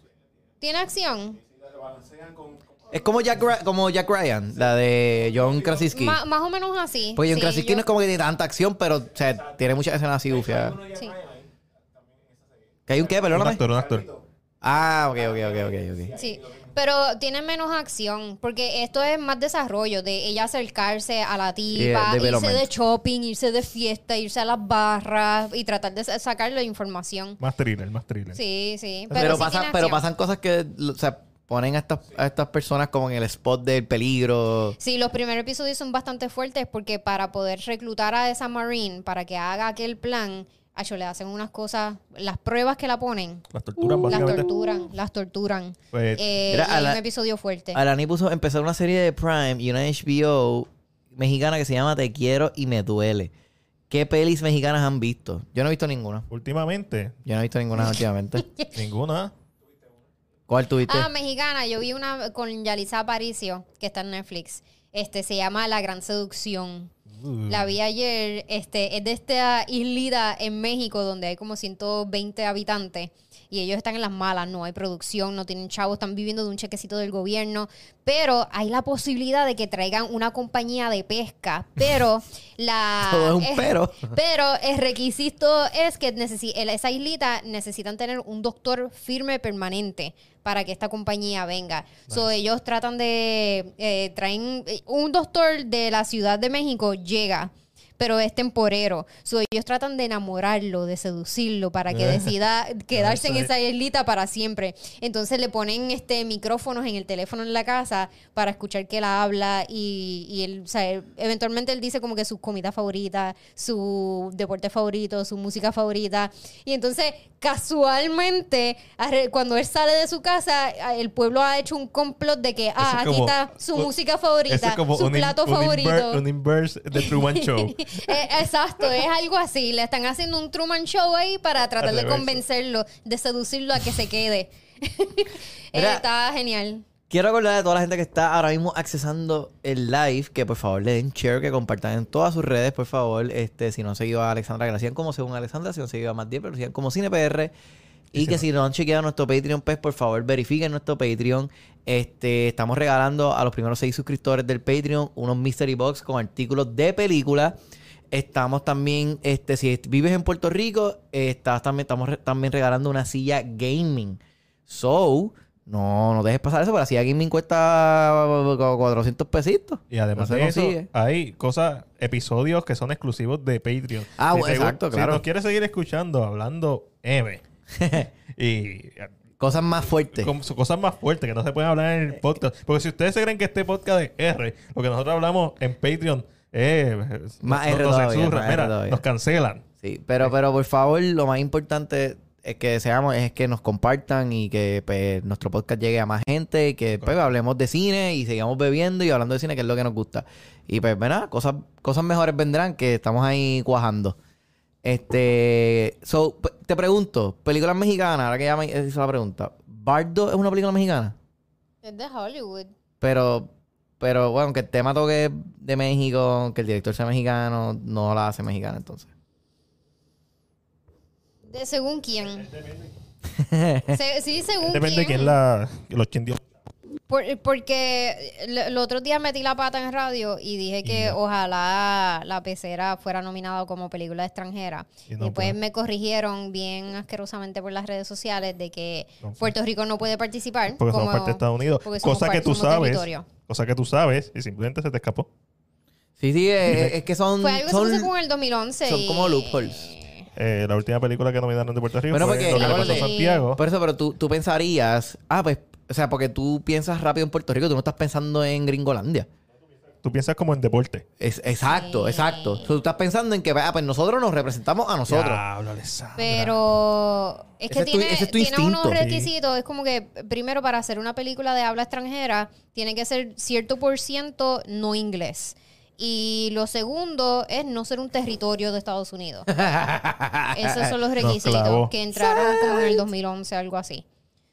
S3: ¿Tiene acción?
S2: balancean con.
S1: Es como Jack, Ra- como Jack Ryan, la de John Krasinski.
S3: Ma- más o menos así.
S1: Pues John
S3: sí,
S1: Krasinski
S3: yo-
S1: no es como que tiene tanta acción, pero o sea, tiene muchas escenas así gufias.
S3: Sí.
S1: ¿Que hay un qué?
S2: Un
S1: Perdóname.
S2: actor, un actor.
S1: Ah, ok, ok, ok, ok, ok.
S3: Sí, pero tiene menos acción, porque esto es más desarrollo de ella acercarse a la tipa,
S1: Yeah,
S3: irse
S1: development.
S3: de shopping, irse de fiesta, irse a las barras y tratar de sa- sacarle información.
S2: Más thriller, más thriller.
S3: Sí, sí. Pero,
S1: Pero,
S3: sí
S1: pasan,
S3: tiene
S1: pero
S3: acción.
S1: pasan cosas que o sea, ponen a estas, a estas personas como en el spot del peligro.
S3: Sí, los primeros episodios son bastante fuertes porque para poder reclutar a esa Marine para que haga aquel plan, acho, le hacen unas cosas, las pruebas que la ponen,
S2: Las torturas,
S3: Uh, las
S2: básicamente.
S3: torturan, las torturan.
S2: Pues,
S3: Eh,
S1: Mira,
S3: y
S1: a
S3: hay
S1: la-
S3: un episodio fuerte.
S1: Alani puso empezar una serie de Prime y una HBO mexicana que se llama Te quiero y me duele. ¿Qué pelis mexicanas han visto? Yo no he visto ninguna.
S2: últimamente,
S1: Yo no he visto ninguna últimamente.
S2: ninguna.
S1: ¿Cuál tuviste?
S3: Ah, mexicana. Yo vi una con Yalitza Aparicio, que está en Netflix. Este, se llama La Gran Seducción. La vi ayer. Este, es de esta islita en México donde hay como 120 habitantes. Y ellos están en las malas, no hay producción, no tienen chavos, están viviendo de un chequecito del gobierno. Pero hay la posibilidad de que traigan una compañía de pesca. Pero la.
S1: Todo es un
S3: eh,
S1: pero.
S3: pero el requisito es que necesi- el- esa islita necesitan tener un doctor firme permanente para que esta compañía venga. So, ellos tratan de eh, traen eh, un doctor de la Ciudad de México llega, pero es temporero. So, ellos tratan de enamorarlo, de seducirlo para que decida quedarse en
S2: sí.
S3: esa islita para siempre. Entonces le ponen este micrófonos en el teléfono en la casa para escuchar que él habla y, y él, o sea, él- eventualmente él dice como que sus comidas favoritas, su deporte favorito, su música favorita. Y entonces casualmente arre- cuando él sale de su casa, a- el pueblo ha hecho un complot de que ah,
S2: es
S3: aquí
S2: como-
S3: está su
S2: u-
S3: música
S2: Eso
S3: favorita,
S2: es como
S3: su
S2: un, in-
S3: plato
S2: un
S3: favorito.
S2: inver- un inverse de Truman Show.
S3: Eh, Exacto, es algo así. Le están haciendo un Truman Show ahí para tratar
S2: Al
S3: de
S2: revés.
S3: convencerlo, de seducirlo a que se quede. Eh,
S1: Mira.
S3: Está genial.
S1: Quiero acordar de toda la gente que está ahora mismo accesando el live, que por favor le den share, que compartan en todas sus redes, por favor. Este, si no han seguido a Alexandra, que la sigan como según Alexandra, si no han seguido a Matt Dieper, lo sigan como CinePR. Y que si no han chequeado nuestro Patreon, pues por favor verifiquen nuestro Patreon. Este, estamos regalando a los primeros seis suscriptores del Patreon unos mystery box con artículos de película. Estamos también, este, si est- vives en Puerto Rico, eh, estás también, estamos re- también regalando una silla gaming. So, no, no dejes pasar eso, porque la silla gaming cuesta eh, como 400 pesitos.
S2: Y además
S1: No se
S2: de eso,
S1: consigue.
S2: hay cosas, episodios que son exclusivos de Patreon.
S1: Ah,
S2: Si
S1: bueno,
S2: te gu-
S1: exacto, claro.
S2: Si nos quieres seguir escuchando, hablando M. y eh,
S1: Cosas más fuertes.
S2: con- son cosas más fuertes que no se pueden hablar en
S1: Eh,
S2: el podcast. Porque si ustedes se creen que este podcast es R, lo que nosotros hablamos en Patreon eh,
S1: Más
S2: nos-
S1: R
S2: nos
S1: todavía,
S2: censuran.
S1: más R
S2: Mira,
S1: todavía.
S2: nos cancelan.
S1: Sí, pero, pero por favor, lo más importante es que deseamos es que nos compartan y que pues, nuestro podcast llegue a más gente y que pues, hablemos de cine y sigamos bebiendo y hablando de cine, que es lo que nos gusta. Y pues, ven, nada, cosas, cosas mejores vendrán que estamos ahí cuajando. Este, so, p- te pregunto, películas mexicanas, ahora que ya me hizo la pregunta, ¿Bardo es una película mexicana?
S3: Es de Hollywood.
S1: Pero, pero bueno, aunque el tema toque de México, aunque el director sea mexicano, no la hace mexicana entonces.
S3: De, según quién. Se- sí, según
S2: Depende de
S3: quién.
S2: quién la, los chindió.
S3: Por- porque el, el otro día metí la pata en radio y dije que ojalá la pecera fuera nominada como película extranjera.
S2: Y
S3: Y,
S2: no
S3: después
S2: fue.
S3: me corrigieron bien asquerosamente por las redes sociales de que
S2: No fue.
S3: Puerto Rico no puede participar.
S2: Porque somos
S3: como-
S2: parte de Estados Unidos.
S3: porque somos
S2: Cosa que
S3: par-
S2: tú
S3: somos
S2: sabes.
S3: territorio.
S2: Cosa que tú sabes y simplemente se te escapó.
S1: Sí, sí, es, es que son...
S3: Fue algo que
S1: son-
S3: se puso con el 2011.
S1: son
S3: y-
S1: como loopholes.
S2: Eh, la última película que nominaron de Puerto Rico
S1: Bueno,
S2: fue
S1: porque
S2: lo que le
S1: acuérdate-
S2: pasó a Santiago.
S1: Por eso, pero tú, tú pensarías, ah, pues, o sea, porque tú piensas rápido en Puerto Rico, tú no estás pensando en Gringolandia.
S2: Tú piensas como en deporte.
S1: Es, exacto, exacto. O sea, tú estás pensando en que, ah, pues nosotros nos representamos a nosotros.
S2: Diablo, Alessandra.
S3: Pero es que
S1: Ah, Ese es tu-
S3: tiene,
S1: ese es tu
S3: tiene unos
S1: instinto.
S3: requisitos. Es como que, primero, para hacer una película de habla extranjera, tiene que ser cierto por ciento no inglés. Y lo segundo es no ser un territorio de Estados Unidos. Esos son los
S2: Nos
S3: requisitos
S2: clavó.
S3: que entraron como en el 2011, algo así.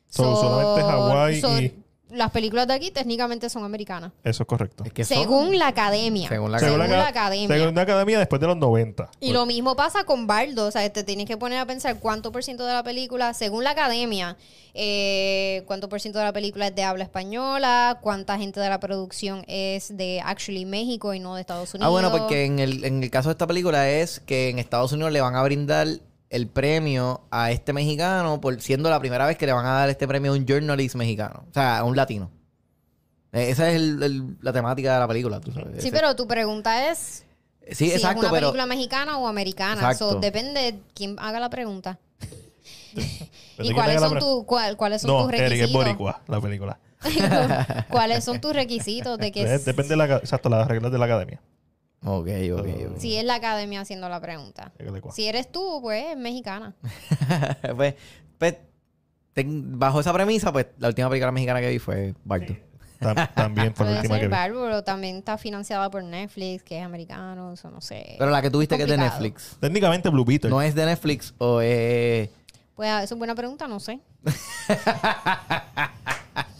S2: So, solamente Hawái y
S3: las películas de aquí técnicamente son americanas.
S2: Eso es correcto.
S1: Es que son-
S3: según la academia.
S1: Según la
S3: según
S1: academia.
S3: la academia.
S2: Según la academia después de los 90.
S3: Y lo mismo pasa con Bardo, o sea, te tienes que poner a pensar cuánto por ciento de la película, según la academia, eh, cuánto por ciento de la película es de habla española, cuánta gente de la producción es de actually México y no de Estados Unidos.
S1: Ah, bueno, porque en el, en el caso de esta película es que en Estados Unidos le van a brindar el premio a este mexicano por siendo la primera vez que le van a dar este premio a un journalist mexicano, o sea, a un latino. Eh, Esa es el- el- la temática de la película, tú sabes.
S3: Sí,
S1: Ese-
S3: pero tu pregunta es
S1: Sí,
S3: si
S1: exacto,
S3: es una
S1: pero
S3: película mexicana o americana.
S1: Exacto.
S3: So, depende de quién haga la pregunta.
S2: Desde
S3: ¿Y
S2: que tenga
S3: cuáles
S2: la
S3: son,
S2: pre-
S3: tu, cuál- cuáles son
S2: No,
S3: tus
S2: Eric es
S3: requisitos?
S2: boricua, la película.
S3: ¿Cuáles son tus requisitos de que
S2: Eh, Depende de la, exacto, las reglas de la academia.
S1: Ok, ok, ok.
S3: si es la academia haciendo la pregunta?
S2: Qué boricua.
S3: Si eres tú, pues es mexicana.
S1: pues, pues, ten- bajo esa premisa, pues la última película mexicana que vi fue Bardo.
S2: Tam- También fue la
S3: Puede
S2: última que
S3: ser
S2: vi.
S3: bárbaro, también está financiada por Netflix, que es americano, eso no sé.
S1: Pero la que tuviste que es de
S3: Complicado.
S1: Netflix.
S2: Técnicamente Blue Beetle.
S1: ¿No es de Netflix o es...?
S3: Pues eso es buena pregunta, no sé.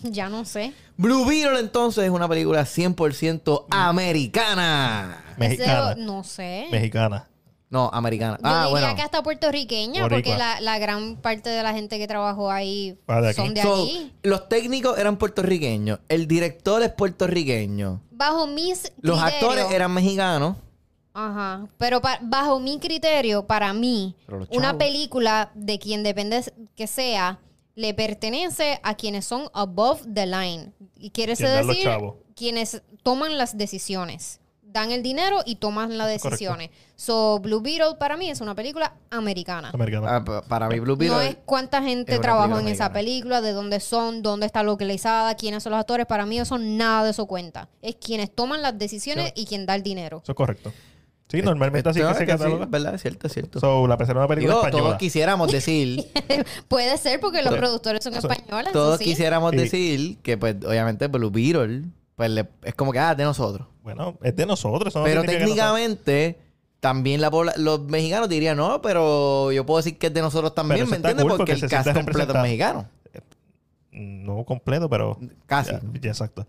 S3: ya no sé.
S1: Blue Beetle entonces es una película 100% americana.
S2: Mexicana.
S3: Ese- no sé.
S2: Mexicana.
S1: No, americana.
S3: Yo
S1: ah,
S3: diría
S1: bueno.
S3: que hasta puertorriqueña,
S2: Boricua.
S3: porque la, la gran parte de la gente que trabajó ahí
S2: Ah, de aquí.
S3: son de
S1: So,
S3: allí.
S1: los técnicos eran puertorriqueños, el director es puertorriqueño,
S3: Bajo mis
S1: los
S3: criterios-
S1: actores eran mexicanos.
S3: Ajá. Pero pa- bajo mi criterio, para mí,
S1: Pero los
S3: una
S1: chavos.
S3: película de quien depende que sea, le pertenece a quienes son above the line. Y quiere
S2: Quien dan los
S3: decir
S2: chavos.
S3: quienes toman las decisiones. Dan el dinero y toman las
S2: Es correcto.
S3: decisiones. So, Blue Beetle para mí es una película americana.
S2: Americana.
S1: Ah, pa- para mí Blue Beetle.
S3: No es cuánta gente
S1: es una
S3: trabajó en
S1: película
S3: esa
S1: americana.
S3: película, de dónde son, dónde está localizada, quiénes son los actores. Para mí eso nada de eso cuenta. Es quienes toman las decisiones y quien da el dinero.
S2: Eso es correcto. Sí, normalmente así
S1: Este,
S2: que
S1: ah,
S2: se
S1: que sí,
S2: cataloga.
S1: ¿Verdad? Es cierto, es cierto.
S2: So, la persona una película
S1: Digo, todos
S2: española.
S1: quisiéramos decir,
S3: Puede ser porque los productores son
S2: Eso-
S3: españoles.
S1: todos
S3: eso sí.
S1: quisiéramos
S2: Sí.
S1: decir que pues obviamente Blue Beetle pues le- es como que ah, es de nosotros.
S2: Bueno, es de nosotros. eso no
S1: pero
S2: significa que nosotros-
S1: técnicamente también la pobla- los mexicanos dirían no, pero yo puedo decir que es de nosotros también,
S2: Pero eso
S1: ¿me
S2: está
S1: entiendes?
S2: cool
S1: porque,
S2: porque
S1: el
S2: se
S1: cast
S2: siente
S1: completo es
S2: representado.
S1: mexicano.
S2: No completo, pero.
S1: Casi.
S2: Ya, ya, exacto.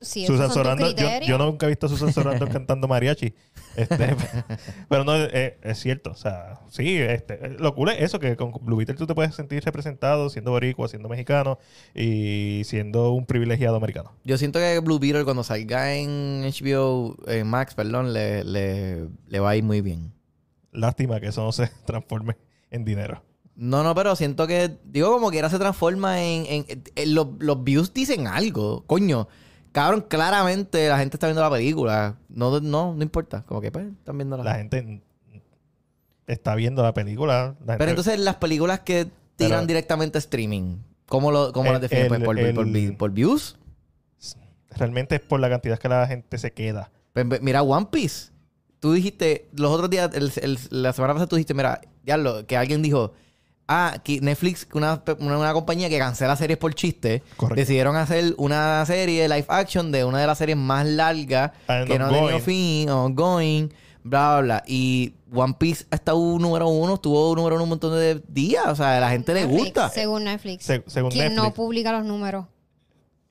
S3: Sí, esos
S2: Susan
S3: son tus
S2: Sorando, yo,
S3: criterios.
S2: yo nunca he visto a Susan Sorando cantando mariachi. Este, pero no, eh, es cierto. O sea, sí, este, eh, lo cool es eso, que con Blue Beetle tú te puedes sentir representado siendo boricua, siendo mexicano y siendo un privilegiado americano.
S1: Yo siento que Blue Beetle cuando salga en HBO en Max, perdón, le, le- le va a ir muy bien.
S2: Lástima que eso no se transforme en dinero.
S1: No, no, pero siento que, digo, como quiera se transforma en... en- en los, los views dicen algo, coño. Cabrón, claramente la gente está viendo la película. No, no, no importa. Como que pues, están viendo la,
S2: La gente n- está viendo la película. la gente-
S1: Pero entonces las películas que tiran
S2: Pero-
S1: directamente a streaming, ¿cómo, lo, cómo las
S2: El-
S1: definen? Pues, por,
S2: el-
S1: por-
S2: el-
S1: por views?
S2: Realmente es por la cantidad que la gente se queda.
S1: Pues, ve- mira One Piece. Tú dijiste, los otros días, el- el- la semana pasada tú dijiste, mira, diablo, que alguien dijo, ah, que Netflix, una, una, una compañía que cancela series por chiste,
S2: Correcto.
S1: decidieron hacer una serie live action de una de las series más largas,
S2: And
S1: que no ha tenido
S2: Ah, ongoing.
S1: fin, ongoing, bla, bla, bla. Y One Piece ha estado número uno, estuvo número uno un montón de días, o sea, a la gente le
S3: Netflix,
S1: gusta.
S3: Según Netflix.
S2: Se- según
S3: quien no
S2: Netflix.
S3: publica los números.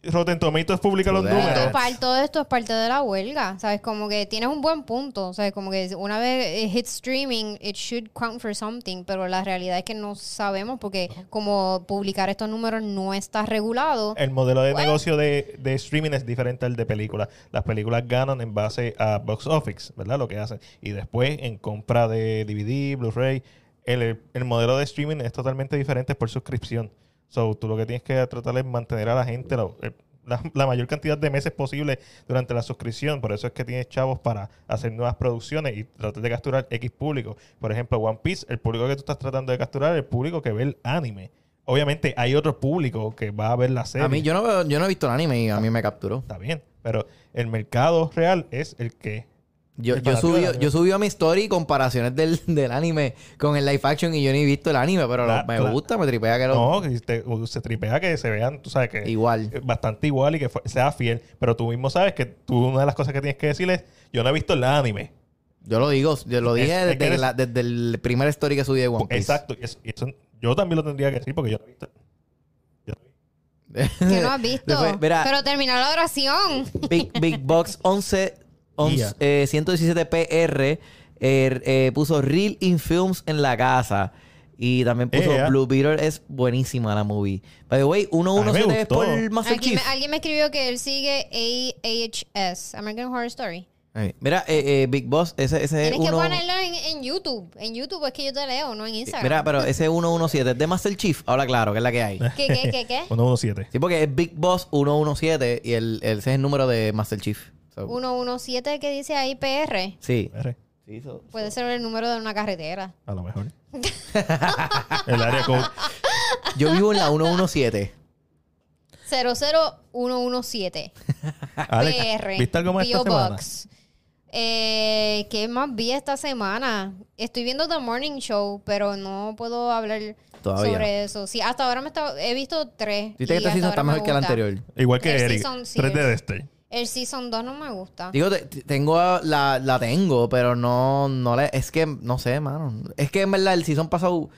S2: Rotten Tomatoes publica los
S1: Joder.
S3: Esto es
S2: números.
S3: par- todo esto es parte de la huelga, ¿sabes? Como que tienes un buen punto, ¿sabes? Como que una vez it hits streaming, it should count for something, pero la realidad es que no sabemos porque como publicar estos números no está regulado.
S2: El modelo de negocio de, de streaming es diferente al de películas. Las películas ganan en base a box office, ¿verdad? Lo que hacen. Y después en compra de DVD, Blu-ray. El, el modelo de streaming es totalmente diferente por suscripción. So, tú lo que tienes que tratar es mantener a la gente lo- eh, la, la mayor cantidad de meses posible durante la suscripción. Por eso es que tienes chavos para hacer nuevas producciones y tratar de capturar X público. Por ejemplo, One Piece, el público que tú estás tratando de capturar es el público que ve el anime. Obviamente hay otro público que va a ver la serie
S1: A mí, yo no, veo- yo no he visto el anime y a mí me capturó.
S2: está bien, pero el mercado real es el que
S1: Yo,
S2: El
S1: yo,
S2: fanático
S1: subí,
S2: del anime.
S1: yo subí a mi story comparaciones del, del anime con el live action y yo ni he visto el anime, pero lo-
S2: La-
S1: me
S2: la-
S1: gusta, me tripea que lo...
S2: no, que te- o se tripea que se vean, tú sabes que
S1: Igual.
S2: eh, bastante igual y que fue- sea fiel, pero tú mismo sabes que tú una de las cosas que tienes que decir es yo no he visto el anime.
S1: Yo lo digo, yo lo
S2: Es-
S1: dije
S2: es que
S1: desde,
S2: eres-
S1: la- desde el primer story que subí de One Piece.
S2: Exacto, y eso, y eso yo también lo tendría que decir porque yo no he visto.
S3: Que no has visto.
S1: Después, mira.
S3: Pero termina la oración.
S1: Big, Big Box eh, 11,
S2: Guía.
S1: 117 PR er, eh, puso Real in Films en la casa. Y también puso
S2: Ea.
S1: Blue Beetle. Es buenísima la movie. By the way,
S2: Eh, A mí me
S1: 117 es
S2: gustó.
S1: por Master
S3: Aquí me-
S1: Chief.
S3: alguien me escribió que él sigue AHS, American Horror Story.
S1: Ay, Mira, eh, eh, Big Boss, ese, ese es
S3: Tienes que
S1: uno...
S3: ponerlo en, en YouTube. En YouTube es que yo te leo, no en Instagram.
S1: Mira, pero ese 117 es de Master Chief. Ahora claro, que es la que hay.
S3: ¿Qué, qué, qué, qué?
S2: 117.
S1: Sí, porque es Big Boss 117 y el, el- ese es el número de Master Chief. So,
S3: 117 que dice ahí PR.
S1: sí.
S2: R,
S1: Sí, so-
S3: Puede ser el número de una carretera.
S2: A lo mejor. El área code.
S1: Yo vivo en la 117.
S3: 00117.
S2: Alex,
S3: PR.
S2: ¿Viste algo más
S3: PO
S2: esta semana?
S3: Box. Eh, ¿Qué más vi esta semana? Estoy viendo The Morning Show, pero no puedo hablar
S1: Todavía.
S3: sobre eso. Sí, hasta ahora me está- he visto tres.
S1: Viste que
S3: y
S1: esta
S3: hasta
S1: season está
S3: ahora me
S1: mejor que la
S3: gusta.
S1: anterior.
S2: Igual que
S3: El
S2: Eric.
S3: season
S2: 3 de
S3: series.
S2: Dexter.
S3: El Season 2 no me gusta.
S1: Digo, te- te- tengo a- la, la tengo, pero no, no le, es que, no sé, mano. Es que en verdad el season pasado,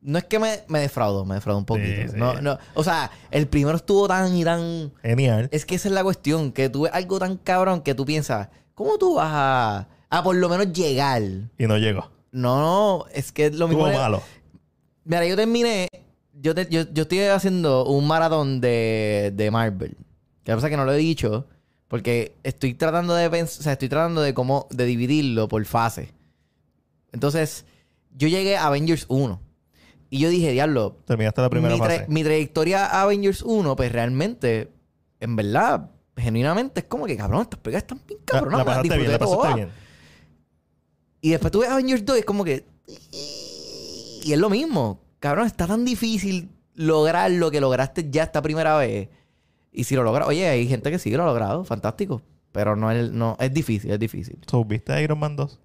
S1: no es que me, me defraudó, me defraudó un poquito.
S2: sí.
S1: No, no, o sea, el primero estuvo tan y tan...
S2: Genial.
S1: Es que esa es la cuestión, que tú ves algo tan cabrón que tú piensas, ¿cómo tú vas a, a por lo menos llegar?
S2: Y no llegó.
S1: No, no, es que es lo mismo...
S2: Estuvo
S1: de-
S2: malo.
S1: Mira, yo terminé. Yo, te- yo, yo estoy haciendo un maratón de, de Marvel. Que la cosa es que no lo he dicho. Porque estoy tratando de pensar. O sea, estoy tratando de cómo. de dividirlo por fases. Entonces, yo llegué a Avengers 1. Y yo dije, diablo,
S2: Terminaste la primera
S1: mi, tra-
S2: fase.
S1: mi trayectoria a Avengers 1, pues realmente, en verdad, genuinamente es como que cabrón, estas películas están bien
S2: La-
S1: cabronas.
S2: la
S1: me las
S2: pasaste bien,
S1: disfruté
S2: la pasaste
S1: todas.
S2: bien.
S1: Y después tú ves Avengers 2 y es como que. Y es lo mismo. Cabrón, está tan difícil lograr lo que lograste ya esta primera vez. Y si lo logras, oye, hay gente que sí lo ha logrado, fantástico. Pero no es, no, es difícil, es difícil.
S2: So, ¿Viste Iron Man 2?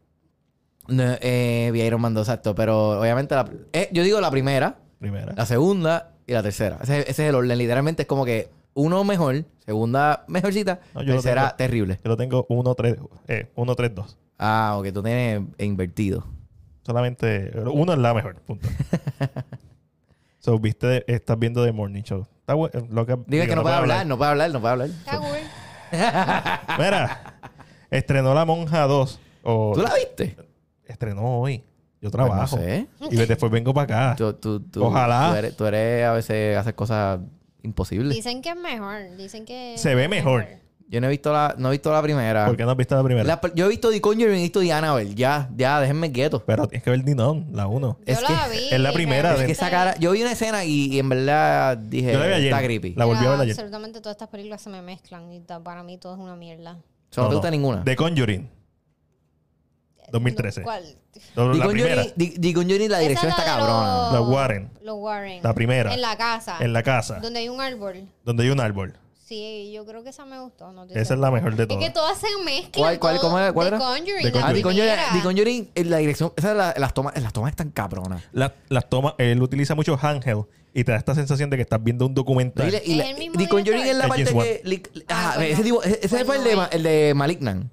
S1: No, eh, vi Iron Man 2, exacto. Pero obviamente, la- eh, yo digo la primera,
S2: Primera.
S1: la segunda y la tercera. Ese, ese es el orden. Literalmente es como que uno mejor, segunda mejorcita,
S2: No, yo lo
S1: tercera
S2: tengo.
S1: terrible.
S2: Yo lo tengo 1, 3, eh, 1, 3, 2.
S1: Ah, ok, tú tienes invertido.
S2: Solamente uno es la mejor, punto. so, viste, estás viendo The Morning Show. Está bu- eh, lo que,
S1: Digo, es que no puedo
S2: puedo
S1: hablar, no puedo hablar, no puedo hablar.
S3: Está cool.
S2: Mira, estrenó La Monja 2. O
S1: ¿Tú la viste?
S2: Estrenó hoy. Yo trabajo.
S1: Pues no sé.
S2: Y ve- después vengo para acá.
S1: Tú, tú- tú-
S2: Ojalá.
S1: Tú eres, tú eres- a veces haces cosas imposibles.
S3: Dicen que es mejor. Dicen que.
S2: Se ve
S3: es
S2: mejor.
S1: Yo no he visto la, no he visto la primera.
S2: ¿Por qué no has visto la primera?
S1: La- yo he visto The Conjuring y he visto The Annabelle. Ya, ya, déjenme quieto.
S2: Pero tienes que ver Dinon, la 1.
S3: Yo
S1: Es
S3: la
S1: que-
S3: vi. eh,
S2: es la primera
S1: Es
S2: de-
S1: que esa cara, yo vi una escena y, y en verdad dije,
S2: Yo la vi ayer.
S1: está creepy.
S2: La volví a ver ayer.
S3: Absolutamente todas estas películas se me mezclan y ta- para mí todo es una mierda.
S1: O sea, no, te gusta ninguna.
S2: The Conjuring. 2013.
S3: Eh, ¿Cuál?
S2: No,
S1: The
S2: la primera.
S1: Conjuring, The- The Conjuring, la dirección está
S3: Esa es la de
S1: cabrona.
S3: los-
S2: La Warren.
S3: Los Warren.
S2: La primera.
S3: En la casa.
S2: En la casa.
S3: Donde hay un árbol.
S2: Donde hay un árbol.
S3: Sí, yo creo que esa me gustó. No estoy
S2: Esa es la mejor de
S3: segura.
S2: todas.
S3: Es que todas se mezclan.
S1: ¿Cuál- cuál-
S3: todo-
S1: cómo era- cuál
S3: The
S1: era?
S3: Conjuring.
S2: The
S3: la
S1: Ah, The Conjuring,
S3: primera.
S1: The Conjuring, eh, la dirección, esa es la- las tomas, las tomas están cabronas.
S2: La- las toma, él utiliza mucho handheld y te da esta sensación de que estás viendo un documental.
S1: Y le- y
S3: ¿Es
S1: la-
S3: el mismo
S1: The Conjuring
S3: director?
S1: es la
S2: Es
S1: parte
S2: James Wan.
S1: que... li-
S3: Ah,
S1: ajá,
S3: pues
S1: ese
S3: no.
S1: tipo- ese- ese
S3: Pues
S1: fue el
S3: no
S1: de,
S3: es.
S1: Ma- el de Malignant.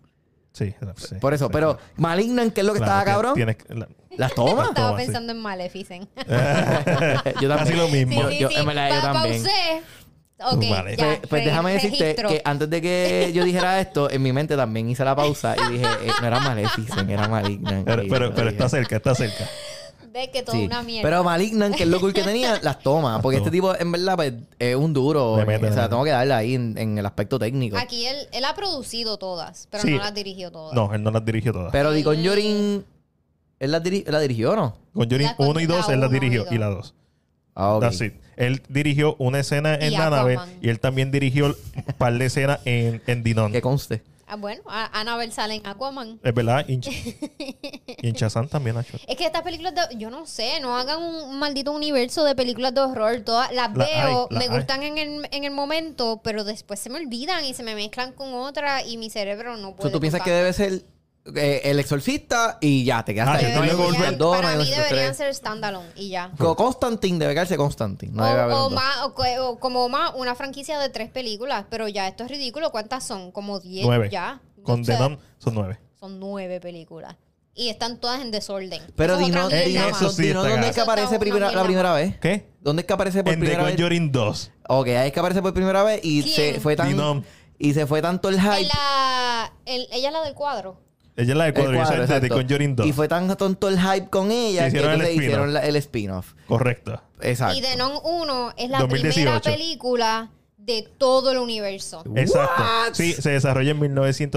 S2: Sí, sí,
S1: Por eso,
S2: sí,
S1: pero
S2: sí.
S1: Malignan, que es lo que
S2: Claro,
S1: estaba cabrón,
S2: tienes que- la-
S1: las tomas.
S2: Las
S3: Estaba
S2: tomas, sí.
S3: pensando en Maleficent.
S1: yo
S2: Casi lo mismo.
S1: Yo- yo- en verdad, yo
S3: Pa-
S1: también.
S3: pausé. Ok,
S1: Pues,
S2: Vale.
S3: ya,
S1: pues
S3: re-
S1: déjame decirte
S3: registro.
S1: que antes de que yo dijera esto, en mi mente también hice la pausa y dije, eh, no era Maleficent, era Malignan.
S2: Pero,
S1: Y
S2: pero,
S1: lo
S2: pero
S1: dije.
S2: está cerca, está cerca.
S3: Ve que todo
S1: Sí.
S3: una mierda.
S1: Pero Malignan, que es lo cool que tenía, las toma. Porque este tipo, en verdad, pues, es un duro.
S2: Le mete,
S1: o
S2: le
S1: sea,
S2: mete.
S1: tengo que darle ahí en, en el aspecto técnico.
S3: Aquí él, él ha producido todas, pero
S2: Sí.
S3: no las dirigió todas.
S2: No, él no las dirigió todas.
S1: Pero The Conjuring, ¿él la, diri- la dirigió o no?
S2: Conjuring
S3: La con-
S2: 1 y 2
S3: la
S2: él las
S3: uno y
S2: dirigió
S3: dos.
S2: y la 2.
S1: Ah, ok.
S2: That's it. Él dirigió una escena en
S3: Y
S2: la nave
S3: Aquaman.
S2: y él también dirigió un par de escenas en, en Dinon.
S1: Que conste.
S3: Ah, bueno, a- Annabelle sale en Aquaman.
S2: Es verdad, y en Ch- y en Shazam también ha hecho.
S3: Es que estas películas de, yo no sé, no hagan un maldito universo de películas de horror. Todas las
S2: La
S3: veo,
S2: hay, la
S3: me
S2: hay.
S3: gustan en el, en el momento, pero después se me olvidan y se me mezclan con otra y mi cerebro no
S1: O sea,
S3: puede.
S1: ¿Tú piensas que
S3: con tanto.
S1: debe ser eh, el exorcista y ya, te
S2: Ah,
S1: quedaste ahí?
S2: que
S1: No hay
S2: tenga
S1: un
S2: Goldberg.
S1: Exorcista
S3: Deberían-
S1: dos, no hay
S3: para
S1: un
S3: mí
S1: Exorcista
S3: deberían
S1: tres.
S3: ser standalone y ya.
S1: Co- Constantine debe caerse Constantine. No debe haber
S3: o, o
S1: un dos.
S3: más, o que- o como más una franquicia de tres películas, pero ya esto es ridículo. ¿Cuántas son? Como diez
S2: Nueve.
S3: ya.
S2: Con
S3: O sea,
S2: Denon son nueve.
S3: Son nueve películas. y están todas en desorden.
S1: Pero
S3: Eso es
S1: dino,
S3: otra
S2: Eh,
S3: mierda
S1: dino,
S3: más.
S2: eso sí.
S1: dino
S2: está
S1: dónde es que
S3: cagado.
S1: aparece
S3: Eso está
S1: primera-
S3: una
S1: la
S3: mierda
S1: primera vez.
S2: ¿Qué?
S1: ¿Dónde es que aparece por
S2: En The
S1: primera vez?
S2: Conjuring 2.
S1: Ok, ahí es que aparece por primera vez y
S3: ¿Quién?
S1: se fue tan
S2: Dino.
S1: y se fue tanto el
S3: En
S1: hype.
S3: la- en- ella es la del cuadro.
S2: Ella es la de
S1: el
S2: cuadro, yo
S1: cuadro,
S2: soy de The
S1: exacto.
S2: Conjuring 2.
S1: Y fue tan tonto el hype con ella
S2: Que
S1: que
S2: hicieron el
S1: entonces
S2: spin-off.
S1: hicieron la- el spin-off.
S2: Correcto.
S1: Exacto.
S3: Y The Nun 1 es la
S2: 2018.
S3: primera película de todo el universo.
S2: Exacto.
S1: What?
S2: Sí, se desarrolla en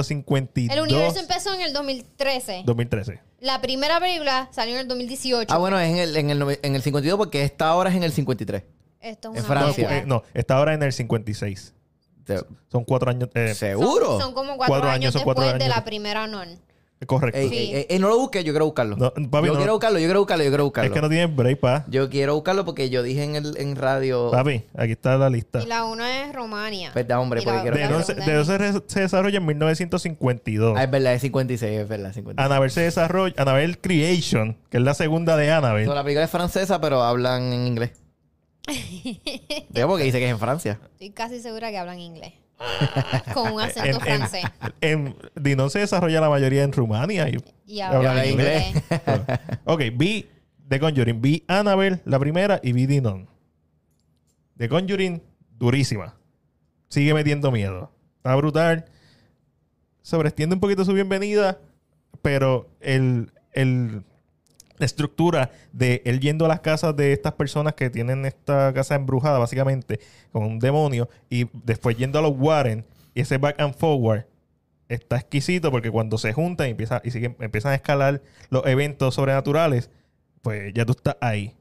S2: 1952.
S3: El universo empezó en el 2013.
S2: 2013.
S3: La primera película salió en el 2018.
S1: Ah, bueno, es en el, en, el, nove- en el 52 porque esta hora es en el 53.
S3: Esto
S1: en
S3: es una
S2: No,
S1: Francia.
S3: locura.
S2: eh, no, está ahora en el 56.
S1: Te-
S2: Son cuatro años. eh,
S3: Son-
S1: ¿Seguro?
S3: Son, como cuatro,
S2: Cuatro años,
S3: años
S2: son
S3: después
S2: cuatro
S3: de
S2: años.
S3: la primera non.
S2: correcto.
S1: Ey,
S3: Sí.
S1: ey, ey, ey, no lo busques, yo quiero buscarlo.
S2: No, papi,
S1: yo
S2: no.
S1: quiero buscarlo, yo quiero buscarlo, yo quiero buscarlo.
S2: es que no tienen break, pa.
S1: Yo quiero buscarlo porque yo dije en el en radio.
S2: Papi, aquí está la lista.
S3: Y la una es Romania.
S1: Verdad, hombre,
S3: Y
S1: porque
S3: la-
S1: quiero-
S2: De
S3: la
S1: Pero-
S2: entonces,
S3: segunda
S2: de
S3: es-
S2: entonces se desarrolla en 1952.
S1: Ah, es verdad, es 56, es verdad, 56.
S2: Anabel se desarrolla. Anabel Creation, que es la segunda de Anabel.
S1: No, la película es francesa, pero hablan en inglés. Digo, porque dice que es en Francia.
S3: Estoy casi segura que hablan inglés. Con un acento
S2: En, en,
S3: francés.
S2: en- Dinón se desarrolla la mayoría en Rumania. Y,
S3: Y hablan
S1: hablan
S3: inglés.
S1: inglés.
S2: ok, vi The Conjuring, vi Annabelle, la primera, y vi Dinon. The Conjuring, durísima. Sigue metiendo miedo. Está brutal. Sobreestiende un poquito su bienvenida, pero el, el- la estructura de él yendo a las casas de estas personas que tienen esta casa embrujada, básicamente, con un demonio, y después yendo a los Warren, y ese back and forward, está exquisito porque cuando se juntan y, empieza, y siguen- empiezan a escalar los eventos sobrenaturales, pues ya tú estás ahí.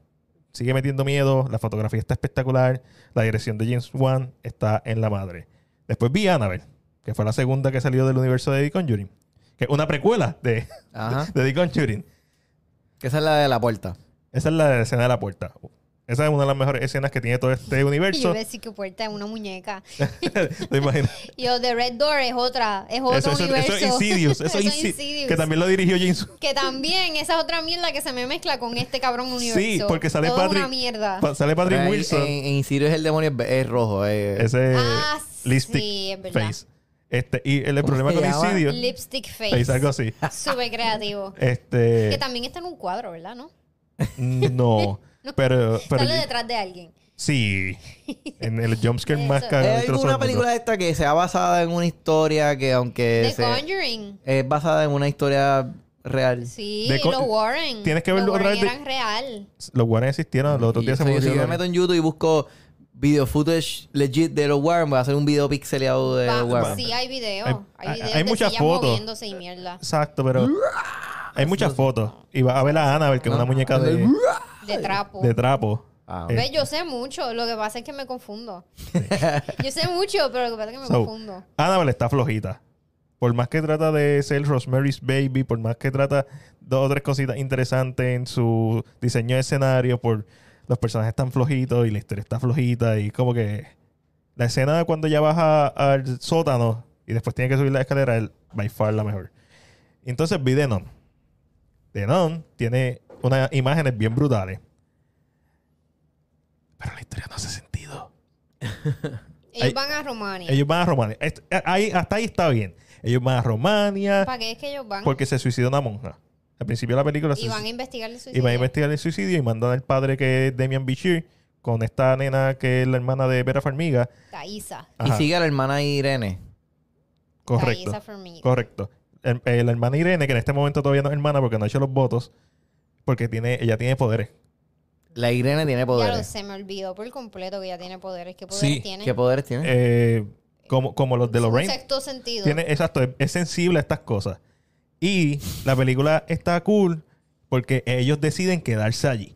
S2: Sigue metiendo miedo, la fotografía está espectacular, la dirección de James Wan está en la madre. Después vi Annabelle, que fue la segunda que salió del universo de The Conjuring, que es una precuela de,
S1: Ajá.
S2: de The Conjuring.
S1: Que esa es la de la puerta.
S2: Esa es la escena de la puerta. Esa es una de las mejores escenas que tiene todo este
S3: Y yo
S2: universo.
S3: iba a decir que puerta es una muñeca.
S2: ¿Te imaginas?
S3: Y yo, The Red Door es otra, es otro
S2: Eso, eso- eso
S3: universo.
S2: es Insidious. Eso, es Insi-
S3: Insidious.
S2: Que también lo dirigió James
S3: Que también, esa es otra mierda que se me mezcla con este cabrón universo.
S2: Sí, porque sale
S3: Todo
S2: Patrick.
S3: una mierda.
S2: pa- sale Patrick
S1: Pero eh, en-
S2: Wilson.
S1: En, en Insidious el demonio es, es rojo. eh.
S2: ese
S3: Ah, sí,
S2: lipstick
S3: es verdad.
S2: face. Este, y el,
S1: ¿Cómo
S2: problema
S1: se
S2: con
S1: llama?
S2: Insidious
S3: Lipstick
S2: face, algo
S3: Face.
S2: así.
S1: Ah.
S3: Súper creativo. Que
S2: Este,
S3: también está en un cuadro, ¿verdad? ¿No?
S2: no, pero, pero
S3: Sale detrás de alguien.
S2: sí, en el jumpscare más
S3: Eso.
S2: cagado. y
S1: ¿Hay
S2: trozo del
S1: alguna
S2: mundo.
S1: película esta que sea basada en una historia que aunque
S2: Eh,
S3: The
S1: se,
S3: Conjuring.
S1: es basada en una historia real?
S3: Sí,
S2: The Con-
S3: los Warren.
S2: Tienes que verlo
S3: Los Warren
S2: otra vez de-
S3: eran real.
S2: Los Warren existieron, los otros
S1: Y
S2: días se
S1: eso,
S2: me
S1: yo, si
S2: olvidó
S1: yo me
S2: la-
S1: meto en YouTube y busco video footage legit de los Warren, voy a hacer un video pixeleado de
S3: Va-
S1: los Warren.
S3: sí, ah, hay videos.
S2: Hay-
S3: Hay,
S2: hay-
S3: videos
S2: hay
S3: de
S2: muchas
S3: sillas
S2: fotos.
S3: moviéndose y mierda.
S2: Exacto, pero hay muchas fotos. Y va a ver a Annabelle, que es una muñeca de,
S3: De trapo.
S2: de trapo.
S1: Ah,
S2: Eh,
S3: Ve, yo sé mucho. Lo que pasa es que me confundo. yo sé mucho, pero lo que pasa es que me
S2: So,
S3: confundo.
S2: Annabelle Ah, está flojita. Por más que trata de ser Rosemary's Baby, por más que trata dos o tres cositas interesantes en su diseño de escenario, por los personajes están flojitos y la historia está flojita y como que la escena de cuando ya baja al sótano y después tiene que subir la escalera es by far la mejor. Entonces vi Denon. Denon tiene unas imágenes bien brutales. Pero la historia no hace sentido.
S3: Ellos
S2: hay-
S3: van a Rumania.
S2: Ellos van a Romania. Est- eh, ahí- hasta ahí está bien. Ellos van a Romania
S3: ¿Para qué es que ellos van?
S2: porque se suicidó una monja. Al principio de la película
S3: y
S2: se
S3: van a
S2: suicidó-
S3: investigar el suicidio.
S2: y van a investigar el suicidio y mandan al padre que es Demian Bichir con esta nena que es la hermana de Vera Farmiga.
S3: Thaisa.
S1: Y
S2: Ajá,
S1: sigue a la hermana Irene.
S2: correcto.
S3: Thaisa Fermín.
S2: Correcto. El- eh, la hermana Irene, que en este momento todavía no es hermana porque no ha hecho los votos, porque tiene, ella tiene poderes.
S1: La Irene tiene
S3: Ya lo
S1: poderes.
S3: sé, me olvidó por completo que ya tiene poderes. ¿Qué
S2: Sí,
S3: poderes tiene?
S1: ¿Qué poderes tiene?
S2: Eh, como, como los de
S3: Un
S2: Lorraine.
S3: Sexto sentido.
S2: Tiene, exacto, es, es sensible a estas cosas. Y la película está cool porque ellos deciden quedarse allí.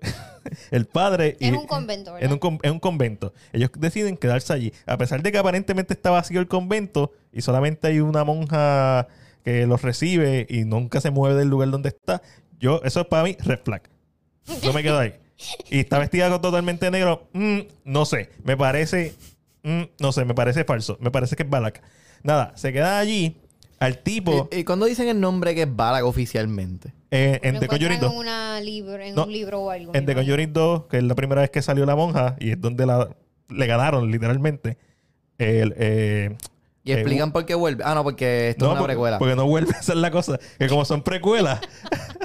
S2: El padre... y-
S3: es un convento, ¿verdad?
S2: en un, con- en un convento. Ellos deciden quedarse allí. A pesar de que aparentemente está vacío el convento y solamente hay una monja que los recibe y nunca se mueve del lugar donde está, yo, eso es para mí red flag. No me quedo ahí. Y está vestida con totalmente negro. mm, no sé. Me parece. mm, no sé, me parece falso. Me parece que es Balak. Nada, se queda allí. Al tipo
S1: ¿Y, y cuándo dicen el nombre que es Balak oficialmente?
S2: eh, en
S3: Lo
S2: The
S3: encuentran
S2: Conjuring 2.
S3: en, una libro, en
S2: No,
S3: un libro o algo.
S2: En
S3: me
S2: The
S3: imagino.
S2: Conjuring 2, que es la primera vez que salió la monja y es donde la, le ganaron literalmente, el, eh,
S1: Y explican por qué vuelve. Ah, no, porque esto
S2: No,
S1: es una
S2: porque-
S1: precuela.
S2: Porque no vuelve a ser la cosa. Que como son precuelas.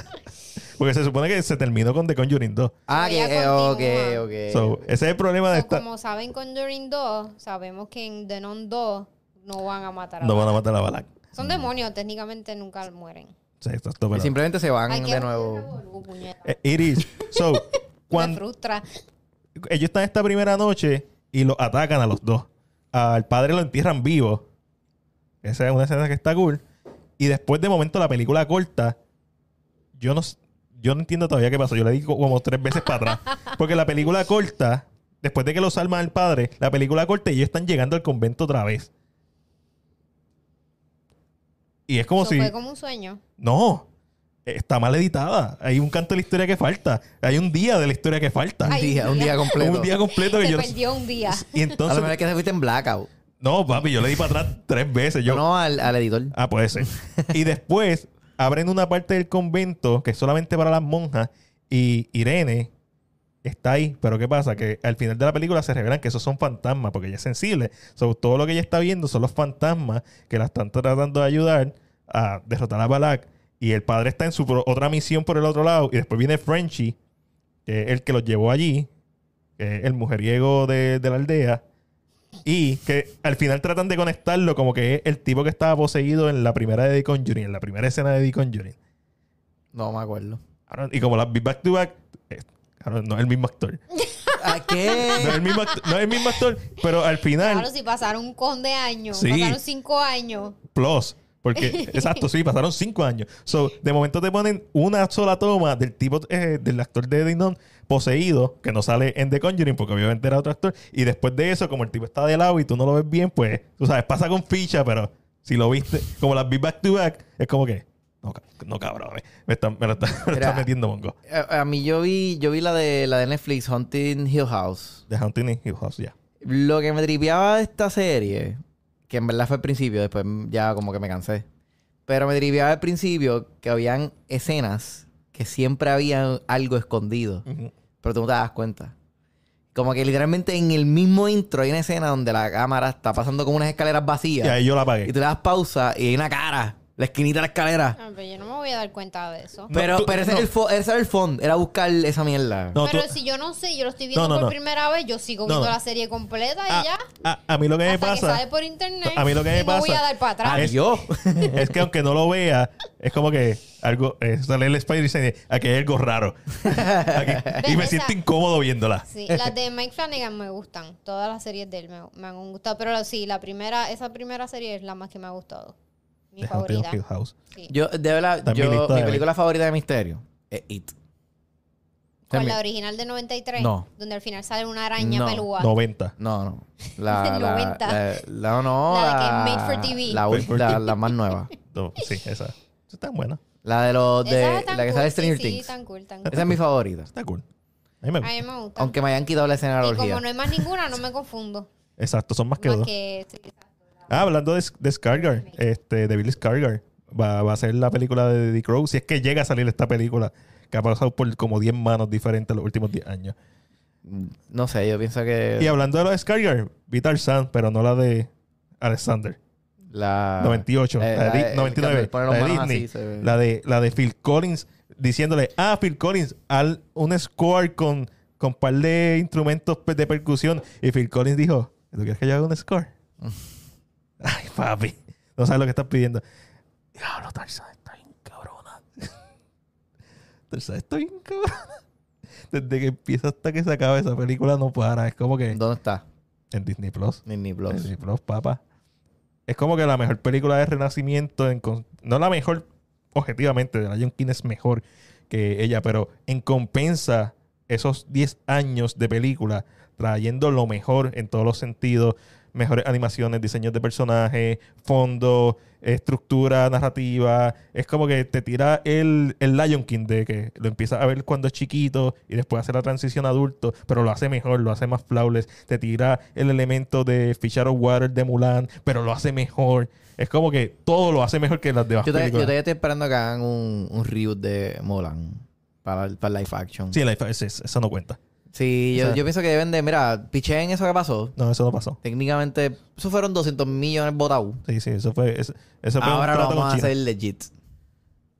S2: porque se supone que se terminó con The Conjuring 2.
S1: ah, que
S3: Ella
S1: eh,
S3: continúa.
S1: ok, ok.
S2: So, ese es el problema de
S3: So,
S2: esta.
S3: Pues como saben con During 2, sabemos que en The Non 2 no van a matar a
S2: No
S3: Balak.
S2: van a matar a Balak.
S3: Son demonios, técnicamente nunca mueren.
S2: Sí, esto es todo,
S1: Y
S2: pero-
S1: simplemente se van
S3: Hay que
S1: de
S3: romper el
S1: nuevo.
S3: revolú, puñeta.
S2: Eh, It is. So,
S3: Me
S2: cuando
S3: frustra.
S2: ellos están esta primera noche y los atacan a los dos. Al padre lo entierran vivo. Esa es una escena que está cool. Y después de momento la película corta. Yo no, s- yo no entiendo todavía qué pasó. Yo le di co- como tres veces para atrás. Porque la película corta, después de que los salman al padre, la película corta y ellos están llegando al convento otra vez. Y es como
S3: So,
S2: si...
S3: Fue como un sueño.
S2: No, está mal editada. Hay un canto de la historia que falta. Hay un día de la historia que falta.
S1: Un
S3: Ay,
S1: día,
S3: un
S1: un
S3: día.
S1: día completo.
S2: Un día completo que
S3: Se
S2: yo.
S3: perdió un día.
S2: Y
S1: A lo
S2: entonces.
S1: mejor es que se fuiste en blackout.
S2: No, papi, yo le di para atrás tres veces. Yo.
S1: No al, al editor.
S2: Ah, puede ser. Y después abren una parte del convento que es solamente para las monjas. Y Irene está ahí. Pero ¿qué pasa? Que al final de la película se revelan que esos son fantasmas porque ella es sensible. So, todo lo que ella está viendo son los fantasmas que la están tratando de ayudar a derrotar a Balak. Y el padre está en su pro- otra misión por el otro lado. Y después viene Frenchy, que es el que los llevó allí, que es el mujeriego de, de la aldea. Y que al final tratan de conectarlo como que es el tipo que estaba poseído en la primera de The Conjuring, en la primera escena de The Conjuring.
S1: No me acuerdo.
S2: Cabrón, Y como las vi back to back, eh, cabrón, no es el mismo actor.
S1: ¿A
S2: No es
S1: Ah, qué?
S2: el mismo actor, no es el mismo actor, pero al final,
S3: Claro, si pasaron un con de años,
S2: Sí.
S3: pasaron cinco años.
S2: plus. Porque, exacto, sí, pasaron cinco años. So, de momento te ponen una sola toma del tipo, eh, del actor de Dinon poseído, que no sale en The Conjuring, porque obviamente era otro actor. Y después de eso, como el tipo está de lado y tú no lo ves bien, pues, tú sabes, pasa con ficha, pero si lo viste, como las vi back to back, es como que, no, ca- no cabrón, eh, me, están- me lo están me lo
S1: Mira.
S2: están metiendo mongo.
S1: A, a mí yo vi, yo vi la de la de Netflix, Hunting Hill House.
S2: De Hunting in Hill House, ya.
S1: Lo que me tripeaba de esta serie, que en verdad fue al principio, después ya como que me cansé. Pero me tripeaba al principio que habían escenas que siempre había algo escondido.
S2: Ujú.
S1: Pero tú no te das cuenta. Como que literalmente en el mismo intro hay una escena donde la cámara está pasando como unas escaleras
S2: Y
S1: vacías.
S2: ahí yo la apagué.
S1: Y tú le das pausa y hay una cara, la esquinita de la escalera.
S3: Ah, pero yo no me voy a dar cuenta de eso.
S2: No,
S1: pero
S2: tú-
S1: pero ese,
S2: no.
S1: era el fo- ese era el fondo, era buscar esa mierda.
S2: No,
S3: pero
S2: tú-
S3: si yo no sé, yo lo estoy viendo
S2: No, no,
S3: por
S2: no.
S3: primera vez, yo sigo
S2: No,
S3: viendo
S2: no.
S3: la serie completa y ya.
S2: Ah, ah, a mí lo que me
S3: Hasta que
S2: pasa.
S3: sale por internet.
S2: A mí lo que
S3: y
S2: me
S3: no voy
S2: pasa-
S3: a dar para atrás.
S2: Ah, es-
S1: Adiós.
S2: es que aunque no lo vea, es como que algo eh, sale el Spider y dice, aquí hay algo raro. Aquí- y me
S3: Ven,
S2: siento
S3: esa-
S2: incómodo viéndola.
S3: Sí, las de Mike Flanagan me gustan. Todas las series de él me, me han gustado. Pero la- sí, la primera, esa primera serie es la más que me ha gustado. Mi
S2: De Haunting of
S3: favorita.
S2: Hill House.
S3: Sí.
S1: Yo, de verdad,
S2: Está en mi
S1: yo-
S2: lista
S1: mi
S2: de
S1: película favorita de misterio es It.
S3: Con
S1: También.
S3: la original de 93,
S1: No.
S3: donde al final sale una araña
S1: No.
S3: pelúa.
S2: 90.
S1: No, no. La,
S3: Del
S1: la,
S3: 90.
S1: la- la- no, no.
S3: La de que
S1: la-
S3: Made for TV.
S1: La,
S2: Made for
S1: la-
S2: TV.
S1: la más nueva.
S2: No, sí, esa. Esa está buena.
S1: La de los de
S3: Esa es tan
S1: la que
S3: cool,
S1: sale de
S3: sí,
S1: Stranger
S3: sí,
S1: Things.
S3: tan cool, tan cool.
S1: Esa es mi favorita.
S2: Está cool. A mí me
S3: A
S2: gusta.
S3: mí me gusta.
S1: Aunque me hayan quitado la escena de la
S3: y
S1: orgía.
S3: como no hay más ninguna, no me confundo.
S2: Exacto, son más que
S3: Más
S2: dos.
S3: que, sí, exacto.
S2: Ah, hablando de, de Skarsgård, este, de Billy Skarsgård, va, va a ser la película de Dick Crow, si es que llega a salir esta película, que ha pasado por como 10 manos diferentes los últimos 10 años.
S1: No sé, yo pienso
S2: Y
S1: que
S2: hablando de los Skarsgård, vi Tarzan, pero no la de Alexander.
S1: la...
S2: 98,
S1: eh,
S2: la de Di-
S1: el
S2: 99,
S1: que pone los
S2: la de
S1: manos
S2: Disney,
S1: así, se ve.
S2: La de, la de Phil Collins diciéndole, ah, Phil Collins, al, un score con, con par de instrumentos pe- de percusión. Y Phil Collins dijo, ¿tú quieres que yo haga un score? Ay, papi, no sabes lo que estás pidiendo. Diablo, Tarzan está bien cabrona. Tarzan está bien cabrona. Desde que empieza hasta que se acaba esa película no para. Es como que
S1: ¿Dónde está?
S2: en Disney Plus.
S1: Disney Plus.
S2: Disney Plus, papá. Es como que la mejor película de Renacimiento. en con- no la mejor, objetivamente, de la John King es mejor que ella, pero en compensa esos 10 años de película, trayendo lo mejor en todos los sentidos: mejores animaciones, diseños de personajes, fondo, estructura narrativa. Es como que te tira el, el Lion King de que lo empiezas a ver cuando es chiquito y después hace la transición a adulto, pero lo hace mejor, lo hace más flawless. Te tira el elemento de Fisher of Water de Mulan, pero lo hace mejor. Es como que todo lo hace mejor que las demás
S1: Yo todavía, yo
S2: películas.
S1: todavía estoy esperando que hagan un, un reboot de Mulan para, el- para el live action.
S2: Sí, la- es- es- eso no cuenta.
S1: Sí, yo,
S2: O sea-
S1: yo pienso que deben de, mira, piché en eso que pasó.
S2: No, eso no pasó.
S1: Técnicamente, eso fueron 200 millones botados.
S2: Sí, sí, eso fue. Eso, eso fue
S1: Ahora
S2: un
S1: lo
S2: trato
S1: vamos a
S2: con China.
S1: hacer legit.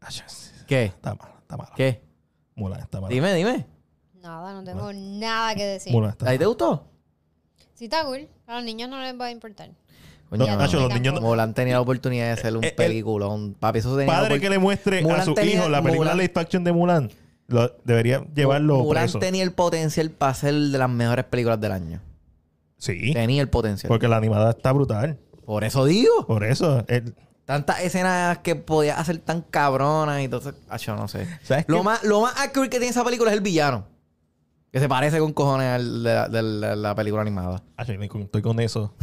S2: Ah, ya, sí, sí,
S1: ¿Qué?
S2: Está malo, está malo.
S1: ¿Qué?
S2: Mulan, está malo.
S1: Dime, dime.
S3: Nada, no tengo nada que decir.
S2: Mulan, está
S1: ¿Ahí te
S2: malo.
S1: gustó?
S3: Si está cool, a los niños no les va a importar.
S2: No,
S1: Coño,
S2: Nacho,
S1: no.
S2: los niños no-
S1: Mulan tenía la oportunidad de hacer un
S2: Eh, el-
S1: peliculón. Papi, eso tenía la
S2: Padre
S1: opor-
S2: que le muestre a
S1: Mulan
S2: su
S1: tenía-
S2: hijo la película
S1: Mulan-
S2: live action de Mulan, lo, debería llevarlo
S1: Mulan
S2: preso.
S1: tenía el potencial para ser de las mejores películas del año.
S2: Sí,
S1: Tenía el potencial.
S2: porque la animada está brutal.
S1: Por eso digo.
S2: Por eso. el-
S1: Tantas escenas que podías hacer tan cabronas y entonces, yo no sé.
S2: ¿Sabes
S1: Lo
S2: qué?
S1: más, lo más accurate que tiene esa película es el villano. Que se parece con cojones al de la, de la- la película animada.
S2: Ah, yo ni con- estoy con eso.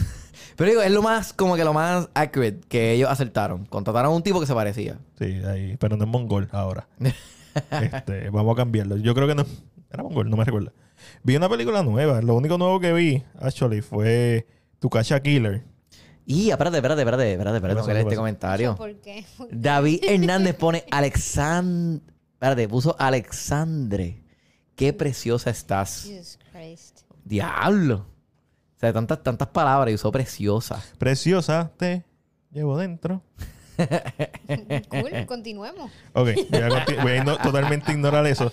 S1: Pero digo, es lo más, como que lo más accurate que ellos acertaron. Contrataron a un tipo que se parecía.
S2: Sí, ahí, pero no es mongol ahora. Este, vamos a cambiarlo. Yo creo que no. Era mongol, no me recuerdo. Vi una película nueva. Lo único nuevo que vi, actually, fue Tukasha Killer.
S1: Y espérate, espérate, espérate, espérate, espérate,
S2: pasó?
S1: tengo que leer
S2: ¿Qué
S1: este
S2: pasó?
S1: comentario.
S3: ¿Por qué? Porque
S1: David Hernández pone Alexand... Espérate, puso Alexandre. Qué preciosa estás.
S3: Jesus Christ.
S1: Diablo. O sea, tantas, tantas palabras y usó preciosa.
S2: Preciosa, te llevo dentro.
S3: Cool, continuemos.
S2: Ok, voy a, conti- voy a igno- totalmente ignorar eso.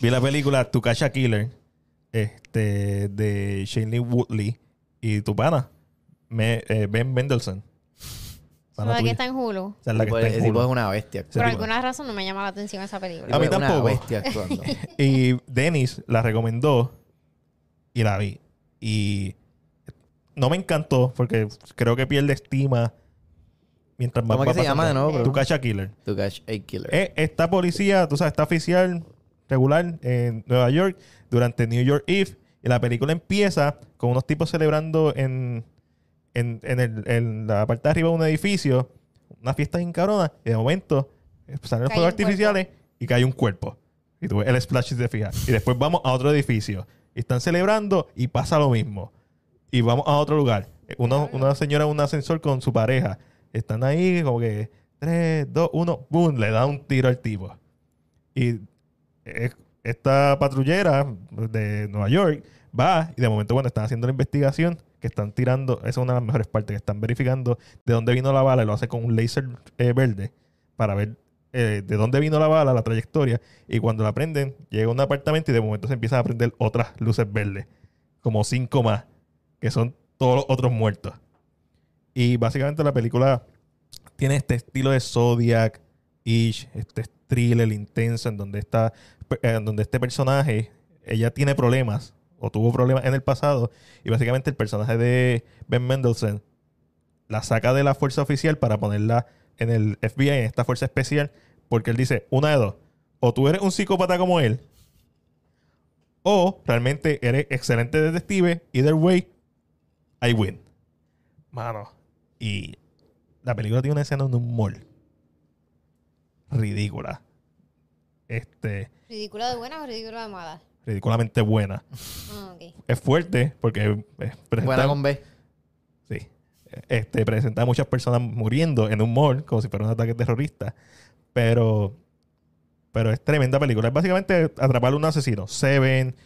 S2: Vi la película Tukasha Killer este, de Shailene Woodley y tu pana, Me- eh, Ben Mendelssohn. Pana
S3: Para que
S2: tuya.
S3: está en Hulu.
S2: O sea, la que
S1: Tipo,
S2: está en
S1: Pues, ese tipo Ah. es
S2: Hulu.
S1: una bestia.
S2: Sí.
S3: Por
S2: tipo-
S3: alguna razón no me llama la atención esa película.
S2: A mí
S1: Tipo, es una
S2: tampoco.
S1: bestia actuando.
S2: Y Dennis la recomendó y la vi. Y no me encantó porque creo que pierde estima mientras más
S1: ¿Cómo
S2: va
S1: que se llama de
S2: pasando.
S1: nuevo, bro?
S2: Tukasha Killer.
S1: To catch a killer.
S2: Eh, esta policía, tú sabes, esta oficial regular en Nueva York durante New York Eve. Y la película empieza con unos tipos celebrando en, en, en el- en la parte de arriba de un edificio, una fiesta bien cabrona. Y de momento eh, salen los fuegos
S3: Cae un cuerpo.
S2: artificiales y cae un cuerpo. Y tú ves el splash y te fijas. Y después vamos a otro edificio. Y están celebrando y pasa lo mismo. Y vamos a otro lugar. Eh, uno- una señora en un ascensor con su pareja. Están ahí como que 3, 2, 1, ¡boom! Le da un tiro al tipo. Y eh, esta patrullera de Nueva York va y de momento, bueno, están haciendo la investigación que están tirando, esa es una de las mejores partes, que están verificando de dónde vino la bala y lo hace con un láser eh, verde para ver eh, de dónde vino la bala, la trayectoria. Y cuando la prenden, llega a un apartamento y de momento se empiezan a prender otras luces verdes, como cinco más, que son todos los otros muertos. Y básicamente la película tiene este estilo de Zodiac, Ish, este thriller intenso en donde, está, en donde este personaje, ella tiene problemas o tuvo problemas en el pasado y básicamente el personaje de Ben Mendelssohn la saca de la fuerza oficial para ponerla en el FBI, en esta fuerza especial, porque él dice, una de dos, o tú eres un psicópata como él, o realmente eres excelente detective, either way, I win. Mano. Y la película tiene una escena en un mall. Ridícula. Este,
S3: ¿Ridícula de buena o ridícula de mala?
S2: ridículamente buena.
S3: Ah,
S1: Eh,
S3: ok.
S2: Es fuerte porque eh,
S1: Buena
S2: presenta,
S1: con B.
S2: sí, este, presenta a muchas personas muriendo en un mall como si fuera un ataque terrorista. Pero, pero es tremenda película. Es básicamente atrapar a un asesino. Seven,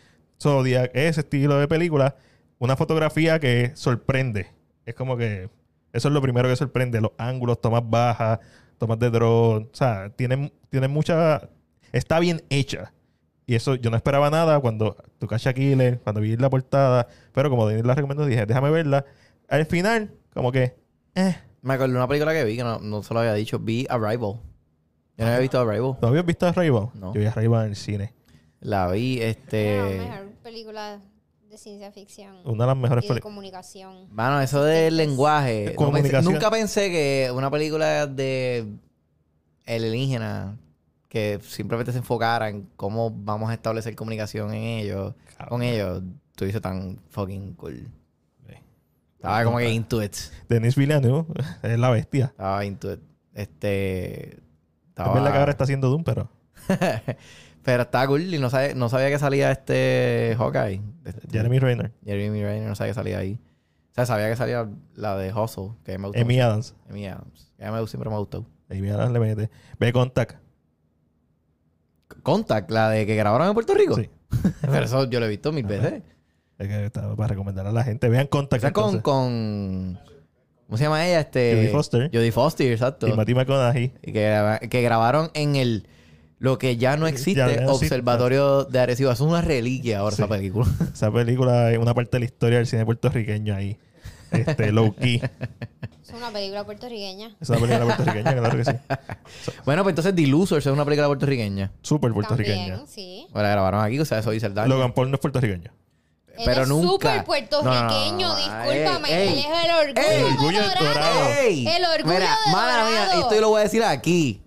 S2: Zodiac, ese estilo de película. Una fotografía que sorprende. Es como que eso es lo primero que sorprende. Los ángulos, tomas bajas, tomas de dron. O sea, tiene, tiene mucha... Está bien hecha. Y eso yo no esperaba nada cuando Tukasha Killer, cuando vi la portada. Pero como Denis la recomendó, dije, déjame verla. Al final, como que... Eh,
S1: Me acordé de una película que vi que no, no se lo había dicho. Vi Arrival. Yo no
S2: Ah.
S1: había visto Arrival.
S2: ¿No habías visto a Rayban?
S1: No.
S2: Yo vi a Rayban en el cine.
S1: La vi,
S3: Una de
S1: este...
S3: las mejores películas de ciencia ficción
S2: Una de las mejores
S3: y de
S2: películas.
S3: comunicación.
S1: Mano, eso del lenguaje.
S2: Es
S1: no pensé-
S2: comunicación.
S1: nunca pensé que una película de alienígena que simplemente se enfocara en cómo vamos a establecer comunicación en ellos,
S2: Ah,
S1: con ellos, tuviese tan fucking cool. Estaba como que into it.
S2: Denis Villeneuve es la bestia.
S1: Estaba into it. Este.
S2: Es verdad que ahora
S1: Estaba.
S2: está haciendo Doom, pero
S1: Pero estaba cool y no sabía, no sabía que salía este Hawkeye. Este-
S2: Jeremy Renner,
S1: Jeremy Renner no sabía que salía ahí. O sea, sabía que salía la de Hustle, que me gustó.
S2: Amy Adams.
S1: mucho. Amy Adams. Que a mí siempre me gustó.
S2: Amy Adams le mete. Ve Contact.
S1: Contact, la de que grabaron en Puerto Rico.
S2: Sí.
S1: Pero eso yo lo he visto mil veces.
S2: Es que está para recomendar a la gente. Vean
S1: O
S2: Contact.
S1: sea, con,
S2: entonces.
S1: con... ¿Cómo se llama ella? Este...
S2: Jodie Foster.
S1: Jodie Foster, exacto.
S2: Y Matty McConaughey.
S1: Y que, graba- que grabaron en el... Lo que ya no existe,
S2: Ya no existe.
S1: Observatorio de Arecibo. Es una reliquia ahora
S2: Sí.
S1: esa película.
S2: Esa película es una parte de la historia del cine puertorriqueño ahí. Este, low key.
S3: Es una película puertorriqueña.
S2: Es una película puertorriqueña, claro que sí.
S1: Bueno, pues entonces The Losers es una película puertorriqueña.
S2: Súper puertorriqueña.
S3: También, sí.
S1: O la grabaron aquí, o sea, eso dice el daño.
S2: Logan Paul no es puertorriqueño.
S1: Pero
S3: Él es
S1: nunca-
S3: súper
S1: No,
S3: puertorriqueño,
S1: no, no, no.
S3: discúlpame.
S1: Ey,
S3: Él
S1: ey.
S3: es el orgullo,
S1: Ey.
S3: de
S2: Orgullo del
S3: Dorado.
S2: Dorado.
S3: El orgullo de
S1: mala
S3: Dorado.
S1: mía, esto yo lo voy a decir aquí.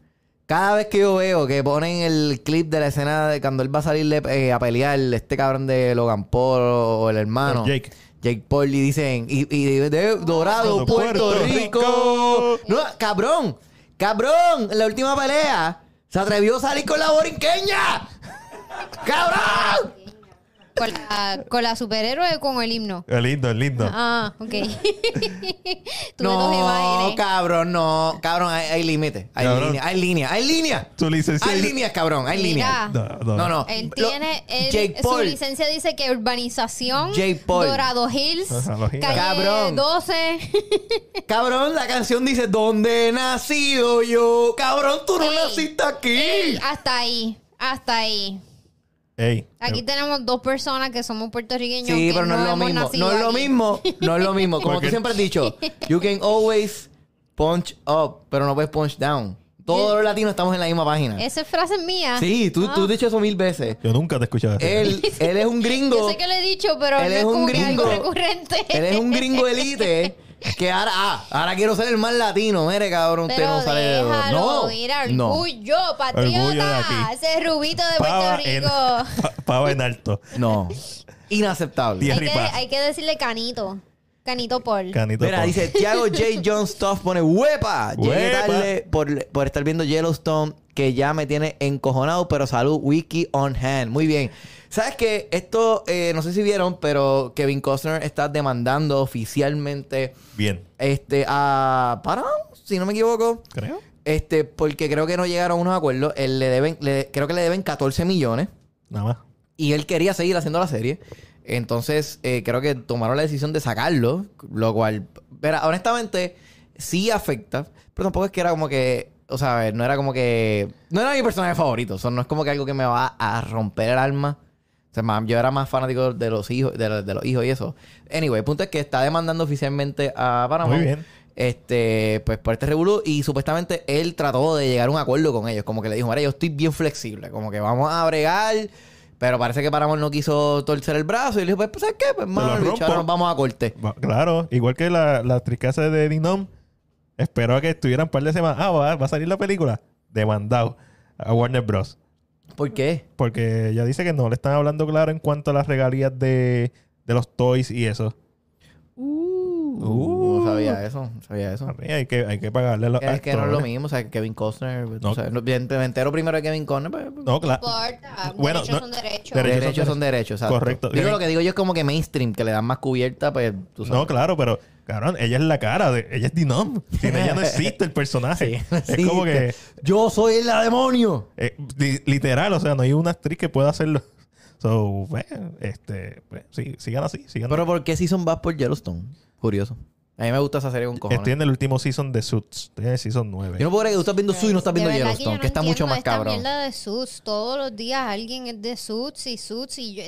S1: Cada vez que yo veo que ponen el clip de la escena de cuando él va a salirle eh, a pelear, este cabrón de Logan Paul o el hermano.
S2: Jake.
S1: Jake Paul y dicen, y, y de, de Dorado,
S2: Dorado,
S1: Puerto,
S2: Puerto
S1: Rico.
S2: Rico.
S1: No, cabrón, cabrón, en la última pelea se atrevió a salir con la borinqueña. ¡Cabrón!
S3: Con la, con la superhéroe con el himno.
S2: Es lindo, es lindo.
S3: Ah, ok. Tuve dos
S1: No,
S3: imágenes.
S1: cabrón, no, cabrón, hay, hay límite, hay
S2: Cabrón.
S1: línea, hay línea, hay línea.
S2: Su licencia.
S1: Hay líneas, cabrón, hay
S3: Mira.
S1: líneas.
S2: No, no.
S1: No, no.
S3: Ah. Él
S1: Lo-
S3: tiene, él-
S1: Jake
S3: su
S1: Paul.
S3: licencia dice que urbanización,
S1: Jake Paul.
S3: Dorado Hills,
S2: Ajá, los Hills.
S3: calle
S1: Cabrón.
S3: 12.
S1: Cabrón, la canción dice, ¿dónde he nacido yo? Cabrón, tú no
S3: Ey,
S1: naciste aquí.
S3: Ey, hasta ahí, hasta ahí.
S2: Ey.
S3: Aquí tenemos dos personas que somos puertorriqueños.
S1: Sí,
S3: que
S1: pero no, es lo
S3: hemos
S1: mismo.
S3: nacido
S1: No es lo
S3: aquí.
S1: mismo. No es lo mismo. Como
S2: Porque-
S1: tú siempre has dicho, you can always punch up, pero no puedes punch down. Todos los latinos estamos en la misma página.
S3: Esa Ah. es frase mía.
S1: Sí, tú, tú has dicho eso mil veces.
S2: Yo nunca te he escuchado así.
S1: Él, él es un
S3: Yo
S1: gringo.
S3: sé que lo he dicho, pero
S1: Él
S3: no
S1: es
S3: es
S1: un
S3: como que algo
S1: gringo.
S3: recurrente.
S1: Él es un gringo elite eh, que ahora, ah, ahora quiero ser el más latino. Mire, cabrón, usted
S3: Pero
S1: no sale de
S3: déjalo,
S1: No,
S3: mira,
S1: no,
S3: orgullo, patriota.
S2: Orgullo de aquí.
S3: Ese es Rubito de Puerto
S2: Pava en,
S3: Rico.
S2: pa- pava en alto.
S1: no. Inaceptable.
S2: Tía
S3: Hay que,
S2: Ripa.
S3: hay que decirle Canito. Canito Paul.
S2: Canito.
S1: Mira,
S2: Pop.
S1: dice Thiago J. John Stuff pone huepa. Llegué
S2: Huepa.
S1: tarde por, por estar viendo Yellowstone, que ya me tiene encojonado, pero salud, wiki on hand. Muy bien. ¿Sabes qué? Esto, eh, no sé si vieron, pero Kevin Costner está demandando oficialmente
S2: Bien,
S1: este, a Paramount, si no me equivoco.
S2: creo.
S1: Este, porque creo que no llegaron a unos acuerdos. Él le deben, le- creo que le deben 14 millones.
S2: Nada más.
S1: Y él quería seguir haciendo la serie. Entonces, eh, creo que tomaron la decisión de sacarlo. Lo cual, verá, honestamente, sí afecta. Pero tampoco es que era como que. O sea, no era como que. No era mi personaje favorito. O sea, no es como que algo que me va a romper el alma. O sea, ma- yo era más fanático de los hijos, de, los- de los hijos y eso. Anyway, el punto es que está demandando oficialmente a Paramount.
S2: Muy bien.
S1: Este, pues por este revolú. Y supuestamente él trató de llegar a un acuerdo con ellos. Como que le dijo, mira, yo estoy bien flexible. Como que vamos a bregar. Pero parece que Paramount no quiso torcer el brazo. Y le dijo, pues, ¿sabes qué? Pues, mano,
S2: rompo.
S1: bicho, ahora nos vamos a corte.
S2: Va- Claro, igual que la, la actriz que hace de Dinom, esperó a que estuvieran un par de semanas. Ah, va, va a salir la película. Demandado a Warner Bros.
S1: ¿Por qué?
S2: Porque ella dice que no le están hablando claro en cuanto a las regalías de, de los toys y eso. Uh.
S3: Uh.
S1: no sabía eso. No sabía eso.
S2: Hay que, hay que pagarle a los
S1: Es que no es lo
S2: actores.
S1: mismo. O sea, que Kevin Costner. pues, tú
S2: ¿eh? No.
S1: sabes, no, bien, te- me entero primero de Kevin Costner. pues,
S2: No, claro.
S3: No importa.
S2: Bueno,
S3: derechos
S2: no-
S3: son derechos.
S2: Derechos
S1: Derechos,
S2: son
S1: son derechos, exacto.
S2: Correcto.
S1: Digo, lo que digo yo es como que mainstream, que le dan más cubierta, pues tú sabes.
S2: No, claro, pero cabrón, ella es la cara, de, ella es Dinom. Sin ella no existe el personaje.
S1: Sí,
S2: es como que,
S1: Yo soy el demonio.
S2: eh, li- literal, o sea, no hay una actriz que pueda hacerlo. So, pues, este, pues, sí, sigan así, sigan
S1: Pero ¿por qué Season vas por Yellowstone? Curioso. A mí me gusta esa serie con cojones.
S2: Estoy en el último season de Suits. Estoy en el season 9.
S1: Yo no puedo creer que tú estás viendo Sue y no estás viendo
S3: De verdad
S1: Yellowstone, que,
S3: yo no
S1: está mucho
S3: entiendo
S1: más
S3: esta
S1: cabrón.
S3: mierda de Suits. Todos los días alguien es de Suits y Suits y, yo-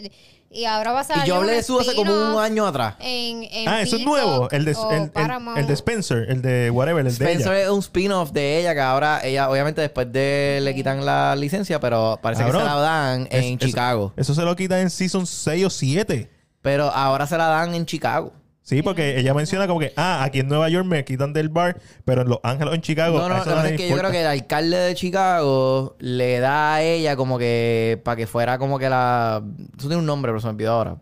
S3: y ahora va a salir
S1: Y yo hablé
S3: un
S1: de Sue hace como un
S3: spin-off
S1: año atrás.
S3: En, en
S2: ah, eso es
S3: Peacock
S2: nuevo. El de,
S3: o
S2: el, el,
S3: Paramount.
S2: el de Spencer, el de whatever, el
S1: Spencer
S2: de ella.
S1: es un spin-off de ella que ahora, ella obviamente después de le quitan la licencia, pero parece que se
S2: Cabrón.
S1: la dan
S2: Es-
S1: en
S2: eso-
S1: Chicago.
S2: Eso, se lo quitan en season 6 o 7.
S1: Pero ahora se la dan en Chicago.
S2: Sí, porque ella menciona como que, ah, aquí en Nueva York me quitan del bar, pero en Los Ángeles o en Chicago.
S1: No, no,
S2: a
S1: lo
S2: eso
S1: que pasa
S2: nadie
S1: es que yo creo
S2: importa.
S1: que el alcalde de Chicago le da a ella como que para que fuera como que la. Eso tiene un nombre, pero se me olvidó ahora.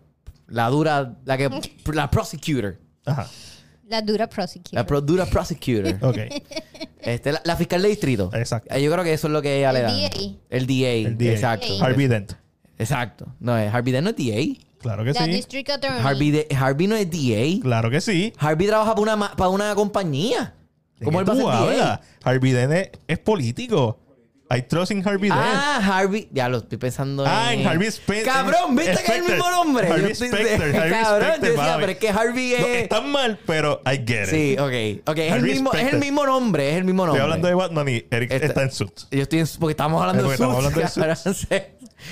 S1: La dura, la que. La prosecutor.
S2: Ajá,
S3: La dura prosecutor.
S1: La pro- dura prosecutor.
S2: ok.
S1: Este, la, la fiscal de distrito.
S2: Exacto.
S1: Eh, Yo creo que eso es lo que ella le
S3: El
S1: da.
S3: DA.
S1: El DA.
S2: El DA.
S1: Exacto.
S2: Harvey Dent.
S1: Exacto. No, es Harvey Dent no es DA.
S2: Claro que
S3: La
S2: sí.
S3: district attorney.
S1: Harvey, de- Harvey no es DA.
S2: Mm. Claro que sí.
S1: Harvey trabaja para una, ma- para una compañía.
S2: ¿De
S1: ¿Cómo
S2: qué
S1: él va a
S2: tú
S1: ser DA?
S2: hablas? Harvey Dent es, es político. I trust in Harvey Dent.
S1: Ah, Harvey. Ya lo estoy pensando
S2: Ah, en Harvey Specter.
S1: Cabrón, ¿viste que es el mismo nombre? Yo
S2: Harvey
S1: estoy-
S2: Specter. Harvey
S1: Cabrón,
S2: Specter,
S1: yo decía,
S2: mami.
S1: pero es que Harvey
S2: No,
S3: eh.
S1: es...
S2: está mal, pero I get it.
S1: sí, ok. Ok, es el,
S2: Harvey
S1: mismo, es el
S2: Specter.
S1: mismo nombre, es el mismo nombre.
S2: Estoy hablando de Batman y Eric
S1: Está-
S2: está en suits.
S1: Yo estoy en... Porque estamos hablando
S2: Porque
S1: de
S2: estamos
S1: suits,
S2: hablando
S1: cabrón,
S2: de
S1: sí.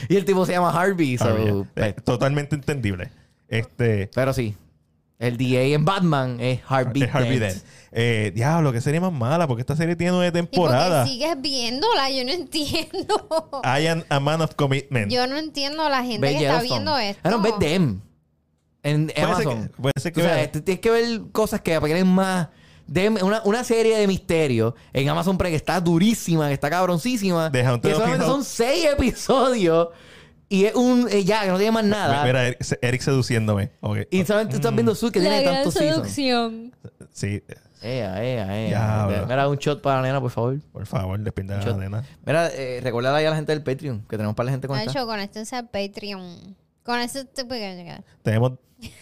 S1: Y el tipo se llama Harvey, so,
S2: Harvey, eh,
S1: pues,
S2: Totalmente entendible. Este.
S1: Pero sí. El DA en Batman es Harvey
S2: es Harvey
S1: Dent.
S2: Dent. Eh, diablo, qué serie más mala, porque esta serie tiene nueve
S3: Y porque
S2: temporadas.
S3: sigues viéndola, yo no entiendo.
S2: I am a man of commitment.
S3: Yo no entiendo a la gente
S1: Ve
S3: que está
S1: Yellowstone.
S3: viendo esto.
S1: Ah, no, ve Dem. En
S2: Puede ser
S1: Amazon.
S2: que- puede ser que
S1: Tú sabes, este
S2: vea.
S1: tú tienes que ver cosas que aparecen más. Dem, una, una serie de misterio en Amazon Prime que está durísima, que está cabroncísima.
S2: The Haunted
S1: que
S2: of
S1: solamente
S2: Hill
S1: son
S2: House.
S1: seis episodios. Y es un. eh, ya, que no tiene más nada.
S2: Mira, Eric, Eric seduciéndome. Ok.
S1: y solamente tú estás
S3: Mm.
S1: viendo Suits que tiene tantos seasons.
S3: seducción.
S2: Sí,
S1: Ea, ea, ea.
S2: Diablo.
S1: Mira, un shot para la nena, por favor.
S2: por favor, despinta la
S1: Yo-
S2: nena.
S1: Mira, eh, recuérdale ahí a la gente del Patreon, que tenemos para la gente conectada.
S3: Nacho, conéctense al Patreon. este Conéctense,
S2: Tenemos,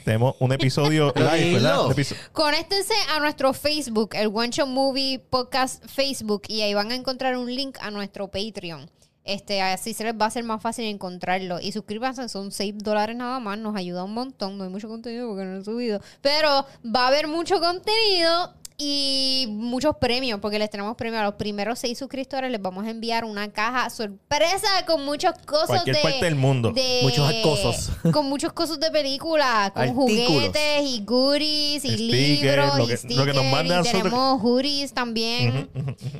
S2: tenemos un episodio
S1: Pero
S2: live, ¿verdad?
S1: dilo.
S2: Un episo-
S3: conéctense a nuestro Facebook, el One Shot Movie Podcast Facebook, y ahí van a encontrar un link a nuestro Patreon. Este, así se les va a hacer más fácil encontrarlo. Y suscríbanse, son 6 dólares nada más, nos ayuda un montón. No hay mucho contenido porque no lo he subido. Pero va a haber mucho contenido y muchos premios, porque les tenemos premios. A los primeros 6 suscriptores les vamos a enviar una caja sorpresa con muchos cosas
S2: Cualquier
S3: de.
S2: parte del mundo.
S3: de-
S1: Muchos acosos.
S3: Con muchos cosas de películas, con
S1: Artículos.
S3: juguetes y goodies y
S2: Stickers,
S3: libros
S2: lo
S3: y
S2: que-
S3: stickers
S2: lo que nos mandan
S3: y
S2: nosotros.
S3: tenemos hoodies también.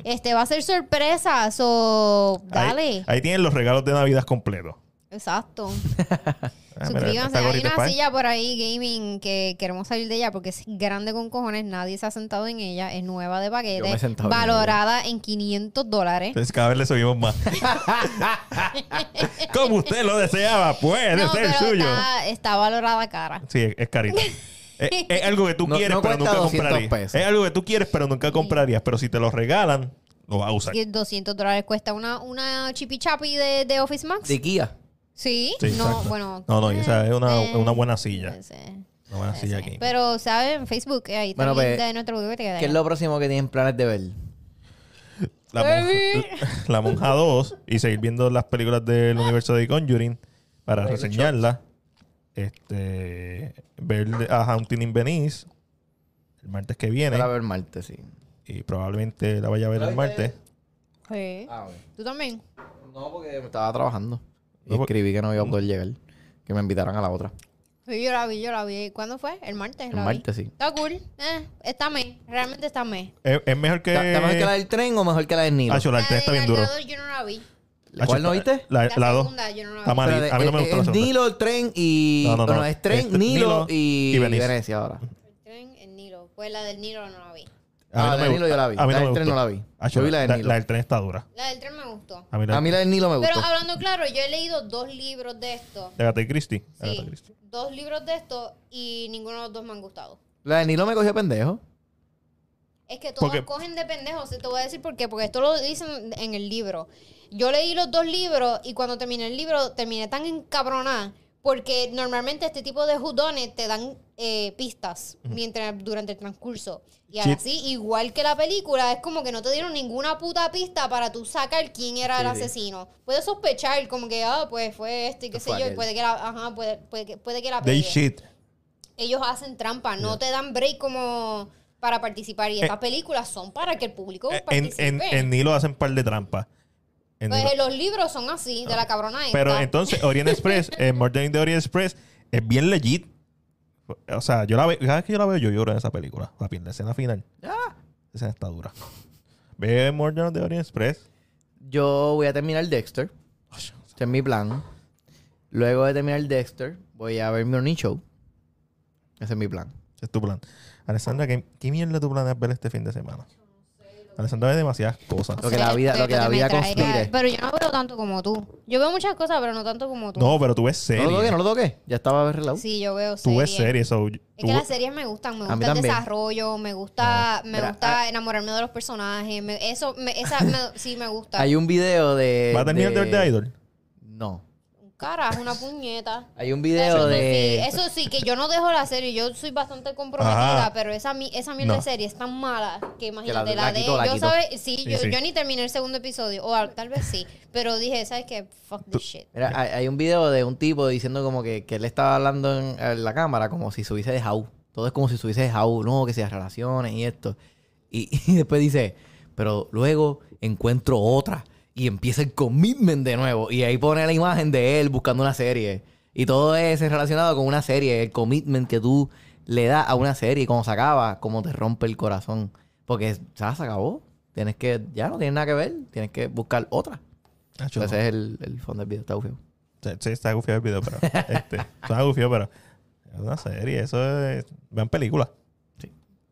S3: Este va a ser sorpresa, so dale.
S2: Ahí, ahí tienen los regalos de Navidad completos.
S3: Exacto.
S2: Ah, mira,
S3: Suscríbanse.
S2: está
S3: Hay
S2: Gorita
S3: una
S2: Spy.
S3: silla por ahí gaming que queremos salir de ella porque es grande con cojones. Nadie se ha sentado en ella. Es nueva de
S1: Yo me he
S3: paquete.
S1: sentado en
S3: Valorada en 500 dólares.
S2: Entonces cada vez le subimos más. Como usted lo deseaba, puede
S3: No,
S2: ser
S3: pero
S2: suyo.
S3: está, está valorada cara.
S2: Sí, es- es carita. es, es algo que tú
S1: No-
S2: quieres,
S1: no
S2: pero
S1: cuesta
S2: nunca
S1: 200
S2: comprarías.
S1: pesos.
S2: Es algo que tú quieres, pero nunca comprarías. Pero si te lo regalan, lo vas a usar.
S3: Que 200 dólares cuesta una, una chipichapi de, de Office Max.
S1: De Kia.
S3: Sí,
S2: Sí,
S3: no,
S2: exacto.
S3: bueno.
S2: No, no, y esa es una,
S3: eh,
S2: una buena silla.
S3: no sé,
S2: Una buena
S3: no
S2: silla
S3: sé.
S2: aquí.
S3: Pero, ¿saben? Facebook, eh, ahí está
S1: Bueno,
S3: el link
S1: pues,
S3: de nuestro blog que te queda
S1: ¿Qué es
S3: ahí.
S1: lo próximo que tienen planes de ver?
S2: La,
S3: Baby.
S2: Monja- la Monja 2 y seguir viendo las películas del universo de Conjuring para reseñarlas. Este, ver a Haunting in Venice el martes que viene
S1: Para ver Marte, sí.
S2: y probablemente la vaya a ver el martes.
S3: Sí.
S1: Ah, bueno.
S3: ¿Tú también?
S1: No, porque me estaba trabajando. Y
S2: No, porque-
S1: escribí que no iba a poder llegar. Que me invitaran a la otra.
S3: Sí, yo la vi, yo la vi. ¿Cuándo fue? El martes.
S1: El
S3: la vi.
S1: martes, sí.
S3: Está cool. Eh, está me. Realmente está me.
S2: ¿Es, es mejor que.
S1: ¿Está está mejor que la del tren o mejor que la del Nilo?
S2: Eh. Ah, yo, la del tren está bien duro.
S3: Yo no la vi.
S1: ¿La ¿Cuál no viste?
S2: La,
S3: La,
S2: la 2.
S3: segunda, yo no la
S2: Está
S3: vi.
S2: mal.
S1: Espérate,
S2: a mí no
S1: eh,
S2: me gustó
S1: eh,
S2: la
S1: es
S2: segunda.
S1: Nilo, el tren y...
S2: No, no,
S1: bueno,
S2: no.
S1: es tren, Nilo
S2: Este- Nilo
S1: y,
S2: y Venice.
S1: Venecia. ahora.
S3: El tren, el Nilo. Pues la del Nilo no la vi.
S2: A mí
S1: Ah,
S2: no
S1: la
S2: me
S1: del Nilo
S2: gustó.
S1: yo la vi.
S2: A
S1: La
S2: mí no
S1: del
S2: me
S1: tren no
S2: gustó.
S1: la vi.
S2: Ah,
S1: Yo vi la del Nilo.
S2: La del tren está dura.
S3: La del tren me gustó.
S2: A mí la,
S1: A mí la del Nilo me
S3: Pero
S1: gustó.
S3: hablando claro, yo he leído dos libros de esto.
S2: de Agatha Christie.
S3: Sí,
S2: Agatha Christie.
S3: dos libros de esto y ninguno de los dos me han gustado.
S1: La del Nilo me cogió pendejo.
S3: Es que todos
S2: Porque-
S3: cogen de pendejos, te voy a decir por qué, porque esto lo dicen en el libro. Yo leí los dos libros y cuando terminé el libro terminé tan encabronada porque normalmente este tipo de judones te dan eh, pistas mientras, durante el transcurso.
S2: Sí.
S3: Y ahora sí, igual que la película, es como que no te dieron ninguna puta pista para tú sacar quién era el
S1: Sí, sí.
S3: asesino. Puedes sospechar como que, ah, pues fue este y qué
S1: Fue
S3: sé yo, y
S1: aquel.
S3: puede que la, ajá, puede, puede que, puede que la
S2: They
S3: pegue
S2: shit.
S1: uh,
S3: ellos hacen trampa, no te dan break como para participar. Y estas películas son para que el público
S2: Eh, En,
S3: participe.
S2: en, en Nilo hacen par de trampas. En
S3: Pues,
S2: Nilo.
S3: eh, los libros son así, de la cabrona esta.
S2: Pero entonces, Orient Express, eh, Murder de Orient Express es bien legit. O sea, yo la veo, cada vez que yo la veo, yo lloro en esa película. La, la escena final. Esa escena está dura. Ve Murder de Orient Express.
S1: Yo voy a terminar Dexter. Este es mi plan. Luego de terminar Dexter, voy a ver mi Morning Show. Ese es mi plan.
S2: Ese es tu plan. Alessandra, ¿qué, qué mierda tu plan es ver este fin de semana? Alessandra ve demasiadas cosas.
S1: Lo que la vida- lo que la
S3: me
S1: vida
S3: trae-
S1: conspire.
S3: Pero yo no veo tanto como tú. Yo veo muchas cosas, pero no tanto como tú.
S2: No, pero tú ves
S1: No lo toqué,
S2: series.
S1: no lo toqué. Ya estaba relajado.
S3: Sí, yo veo
S2: Tú ves series.
S3: series.
S2: so,
S3: Es
S2: tú-
S3: que las series me gustan, me
S1: A mí
S3: gusta el
S1: también.
S3: desarrollo, me gusta, me
S1: Mira, ah.
S3: gusta enamorarme de los personajes, me- eso, me- esa me- sí me gusta.
S1: Hay un video de.
S2: ¿Va a terminar
S1: de-
S2: de ver The Idol?
S1: No.
S3: Carajo, una puñeta.
S1: Hay un video
S3: Eso sí,
S1: de...
S3: eso sí, que yo no dejo la serie. Yo soy bastante comprometida,
S2: Ajá.
S3: pero esa, mi- esa mierda
S2: No.
S3: de serie es tan mala que
S1: la-
S3: imagínate la,
S1: la
S3: de.
S1: quitó, la
S3: yo,
S1: quitó.
S3: ¿sabes? Sí, yo,
S2: sí.
S3: yo ni terminé el segundo episodio. O al- tal vez sí. Pero dije, ¿sabes qué? Fuck this shit.
S1: Mira, hay, hay un video de un tipo diciendo como que, que él estaba hablando en, en la cámara como si se hubiese dejado. Todo es como si se hubiese dejado, no, que sea relaciones y esto. Y, y después dice, pero luego encuentro otra y empieza el commitment de nuevo. Y ahí pone la imagen de él buscando una serie. Y todo es relacionado con una serie, el commitment que tú le das a una serie. Y cuando se acaba, como te rompe el corazón. Porque, ¿sabes? Se acabó. Tienes que, ya no tienes nada que ver, tienes que buscar otra.
S2: Nacho,
S1: Ese es el, el fondo del video, está feo.
S2: Sí, sí, está gufiado el video, pero. Este, está gufiado, pero. Es una serie, eso es. Vean películas.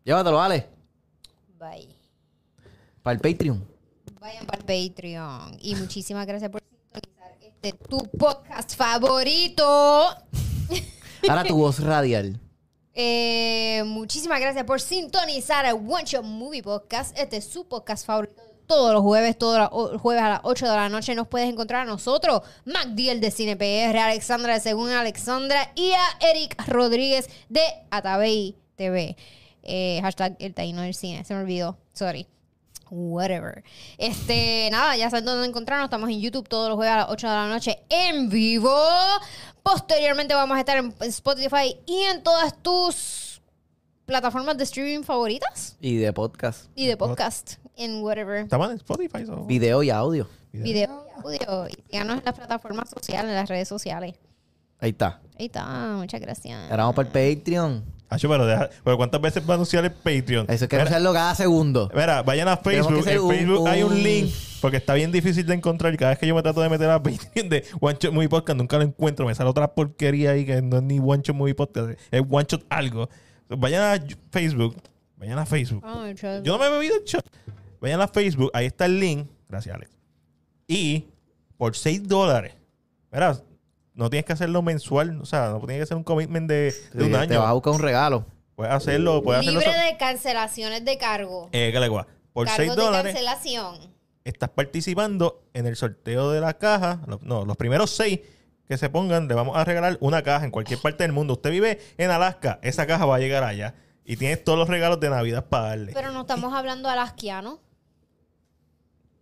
S1: Llévatelo, Ale,
S3: Bye.
S1: para el Patreon.
S3: Vayan para el Patreon. Y muchísimas gracias por sintonizar este tu podcast favorito.
S1: Ahora tu voz radial.
S3: Eh, muchísimas gracias por sintonizar el One Shot Movie Podcast. Este es su podcast favorito. Todos los jueves, todos los o- jueves a las 8 de la noche nos puedes encontrar a nosotros, Mac Diel de Cine PR, Alexandra de Según Alexandra y a Eric Rodríguez de Atabey TV. Eh, hashtag el taíno del cine. Se me olvidó. Sorry whatever. Este, nada, ya saben dónde encontrarnos. Estamos en YouTube todos los jueves a las 8 de la noche en vivo. Posteriormente vamos a estar en Spotify y en todas tus plataformas de streaming favoritas
S1: Y de podcast.
S3: y de podcast en whatever
S2: Estaban en Spotify. ¿so?
S1: Video y audio.
S3: video y audio. Y síganos en las plataformas sociales, en las redes sociales.
S1: Ahí está.
S3: Ahí está, muchas gracias.
S1: Ahora vamos para el Patreon.
S2: Nacho, pero, deja- pero ¿cuántas veces va a anunciar el Patreon?
S1: Eso hay que
S2: Mira,
S1: anunciarlo cada segundo.
S2: Mira, vayan a
S1: Tenemos
S2: Facebook.
S1: que hacer
S2: En
S1: un-
S2: Facebook hay un
S1: un-
S2: link porque está bien difícil de encontrar. Y cada vez que yo me trato de meter a Patreon de One Shot Movie Podcast, nunca lo encuentro. Me sale otra porquería ahí que no es ni One Shot Movie Podcast, es One Shot algo. Vayan a Facebook. Vayan a Facebook.
S3: Ay, chao.
S2: Yo no me he bebido el shot. Vayan a Facebook, ahí está el link. Gracias, Alex. Y por 6 dólares. Mira, no tienes que hacerlo mensual. O sea, no tienes que hacer un commitment de, de
S1: Sí,
S2: un
S1: Te vas a
S2: año.
S1: buscar un regalo.
S2: Puedes hacerlo, puedes hacerlo.
S3: Libre de cancelaciones de cargo.
S2: Eh, que la guá. Por
S3: Cargos
S2: 6
S3: de
S2: dólares
S3: cancelación.
S2: estás participando en el sorteo de la caja. Lo- No, los primeros 6 que se pongan, le vamos a regalar una caja en cualquier parte del mundo. Usted vive en Alaska, esa caja va a llegar allá. Y tienes todos los regalos de Navidad para darle.
S3: Pero no estamos hablando alasquiano.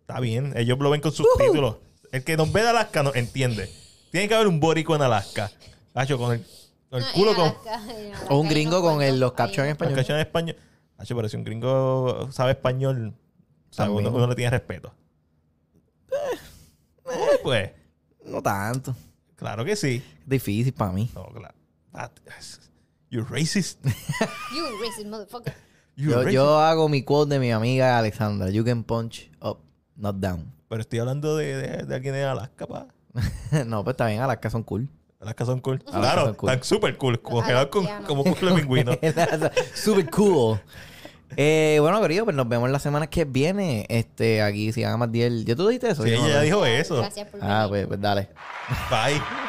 S2: Está bien, ellos lo ven con subtítulos. El que nos ve de Alaska nos entiende. Tiene que haber un bórico en Alaska. Hacho, con el, con el
S3: No, en
S2: culo con
S3: Alaska, en Alaska
S1: O un
S3: hay
S1: gringo
S3: unos
S1: con el-
S3: cuantos
S1: los
S3: ahí.
S1: captions en
S2: con
S1: español.
S2: canción en español. Hacho, pero si un gringo sabe español, o sea,
S1: También.
S2: uno, uno le tiene respeto. Eh, Pues,
S1: No tanto.
S2: claro que sí.
S1: Es difícil para mí.
S2: No, claro. Ah, You're racist.
S3: You racist motherfucker.
S2: You're
S1: Yo,
S2: racist.
S1: yo hago mi quote de mi amiga Alexandra. You can punch up, not down.
S2: Pero estoy hablando de, de- de alguien en Alaska, pa.
S1: no, pues está bien, Alaska son cool.
S2: Alaska son cool.
S1: Alaska
S2: claro,
S1: son cool.
S2: están súper cool. Congelados con-
S3: Alaskianos.
S2: como culo de pingüino.
S1: Super cool. Eh, bueno, querido, pues nos vemos la semana que viene. Este, aquí, si hagan más 10. ¿Ya tú dijiste eso?
S2: Sí,
S1: Yo no
S2: ella ya
S1: lo-
S2: dijo eso.
S3: Gracias por venir.
S1: Ah, pues, pues Ah, dale.
S2: Bye.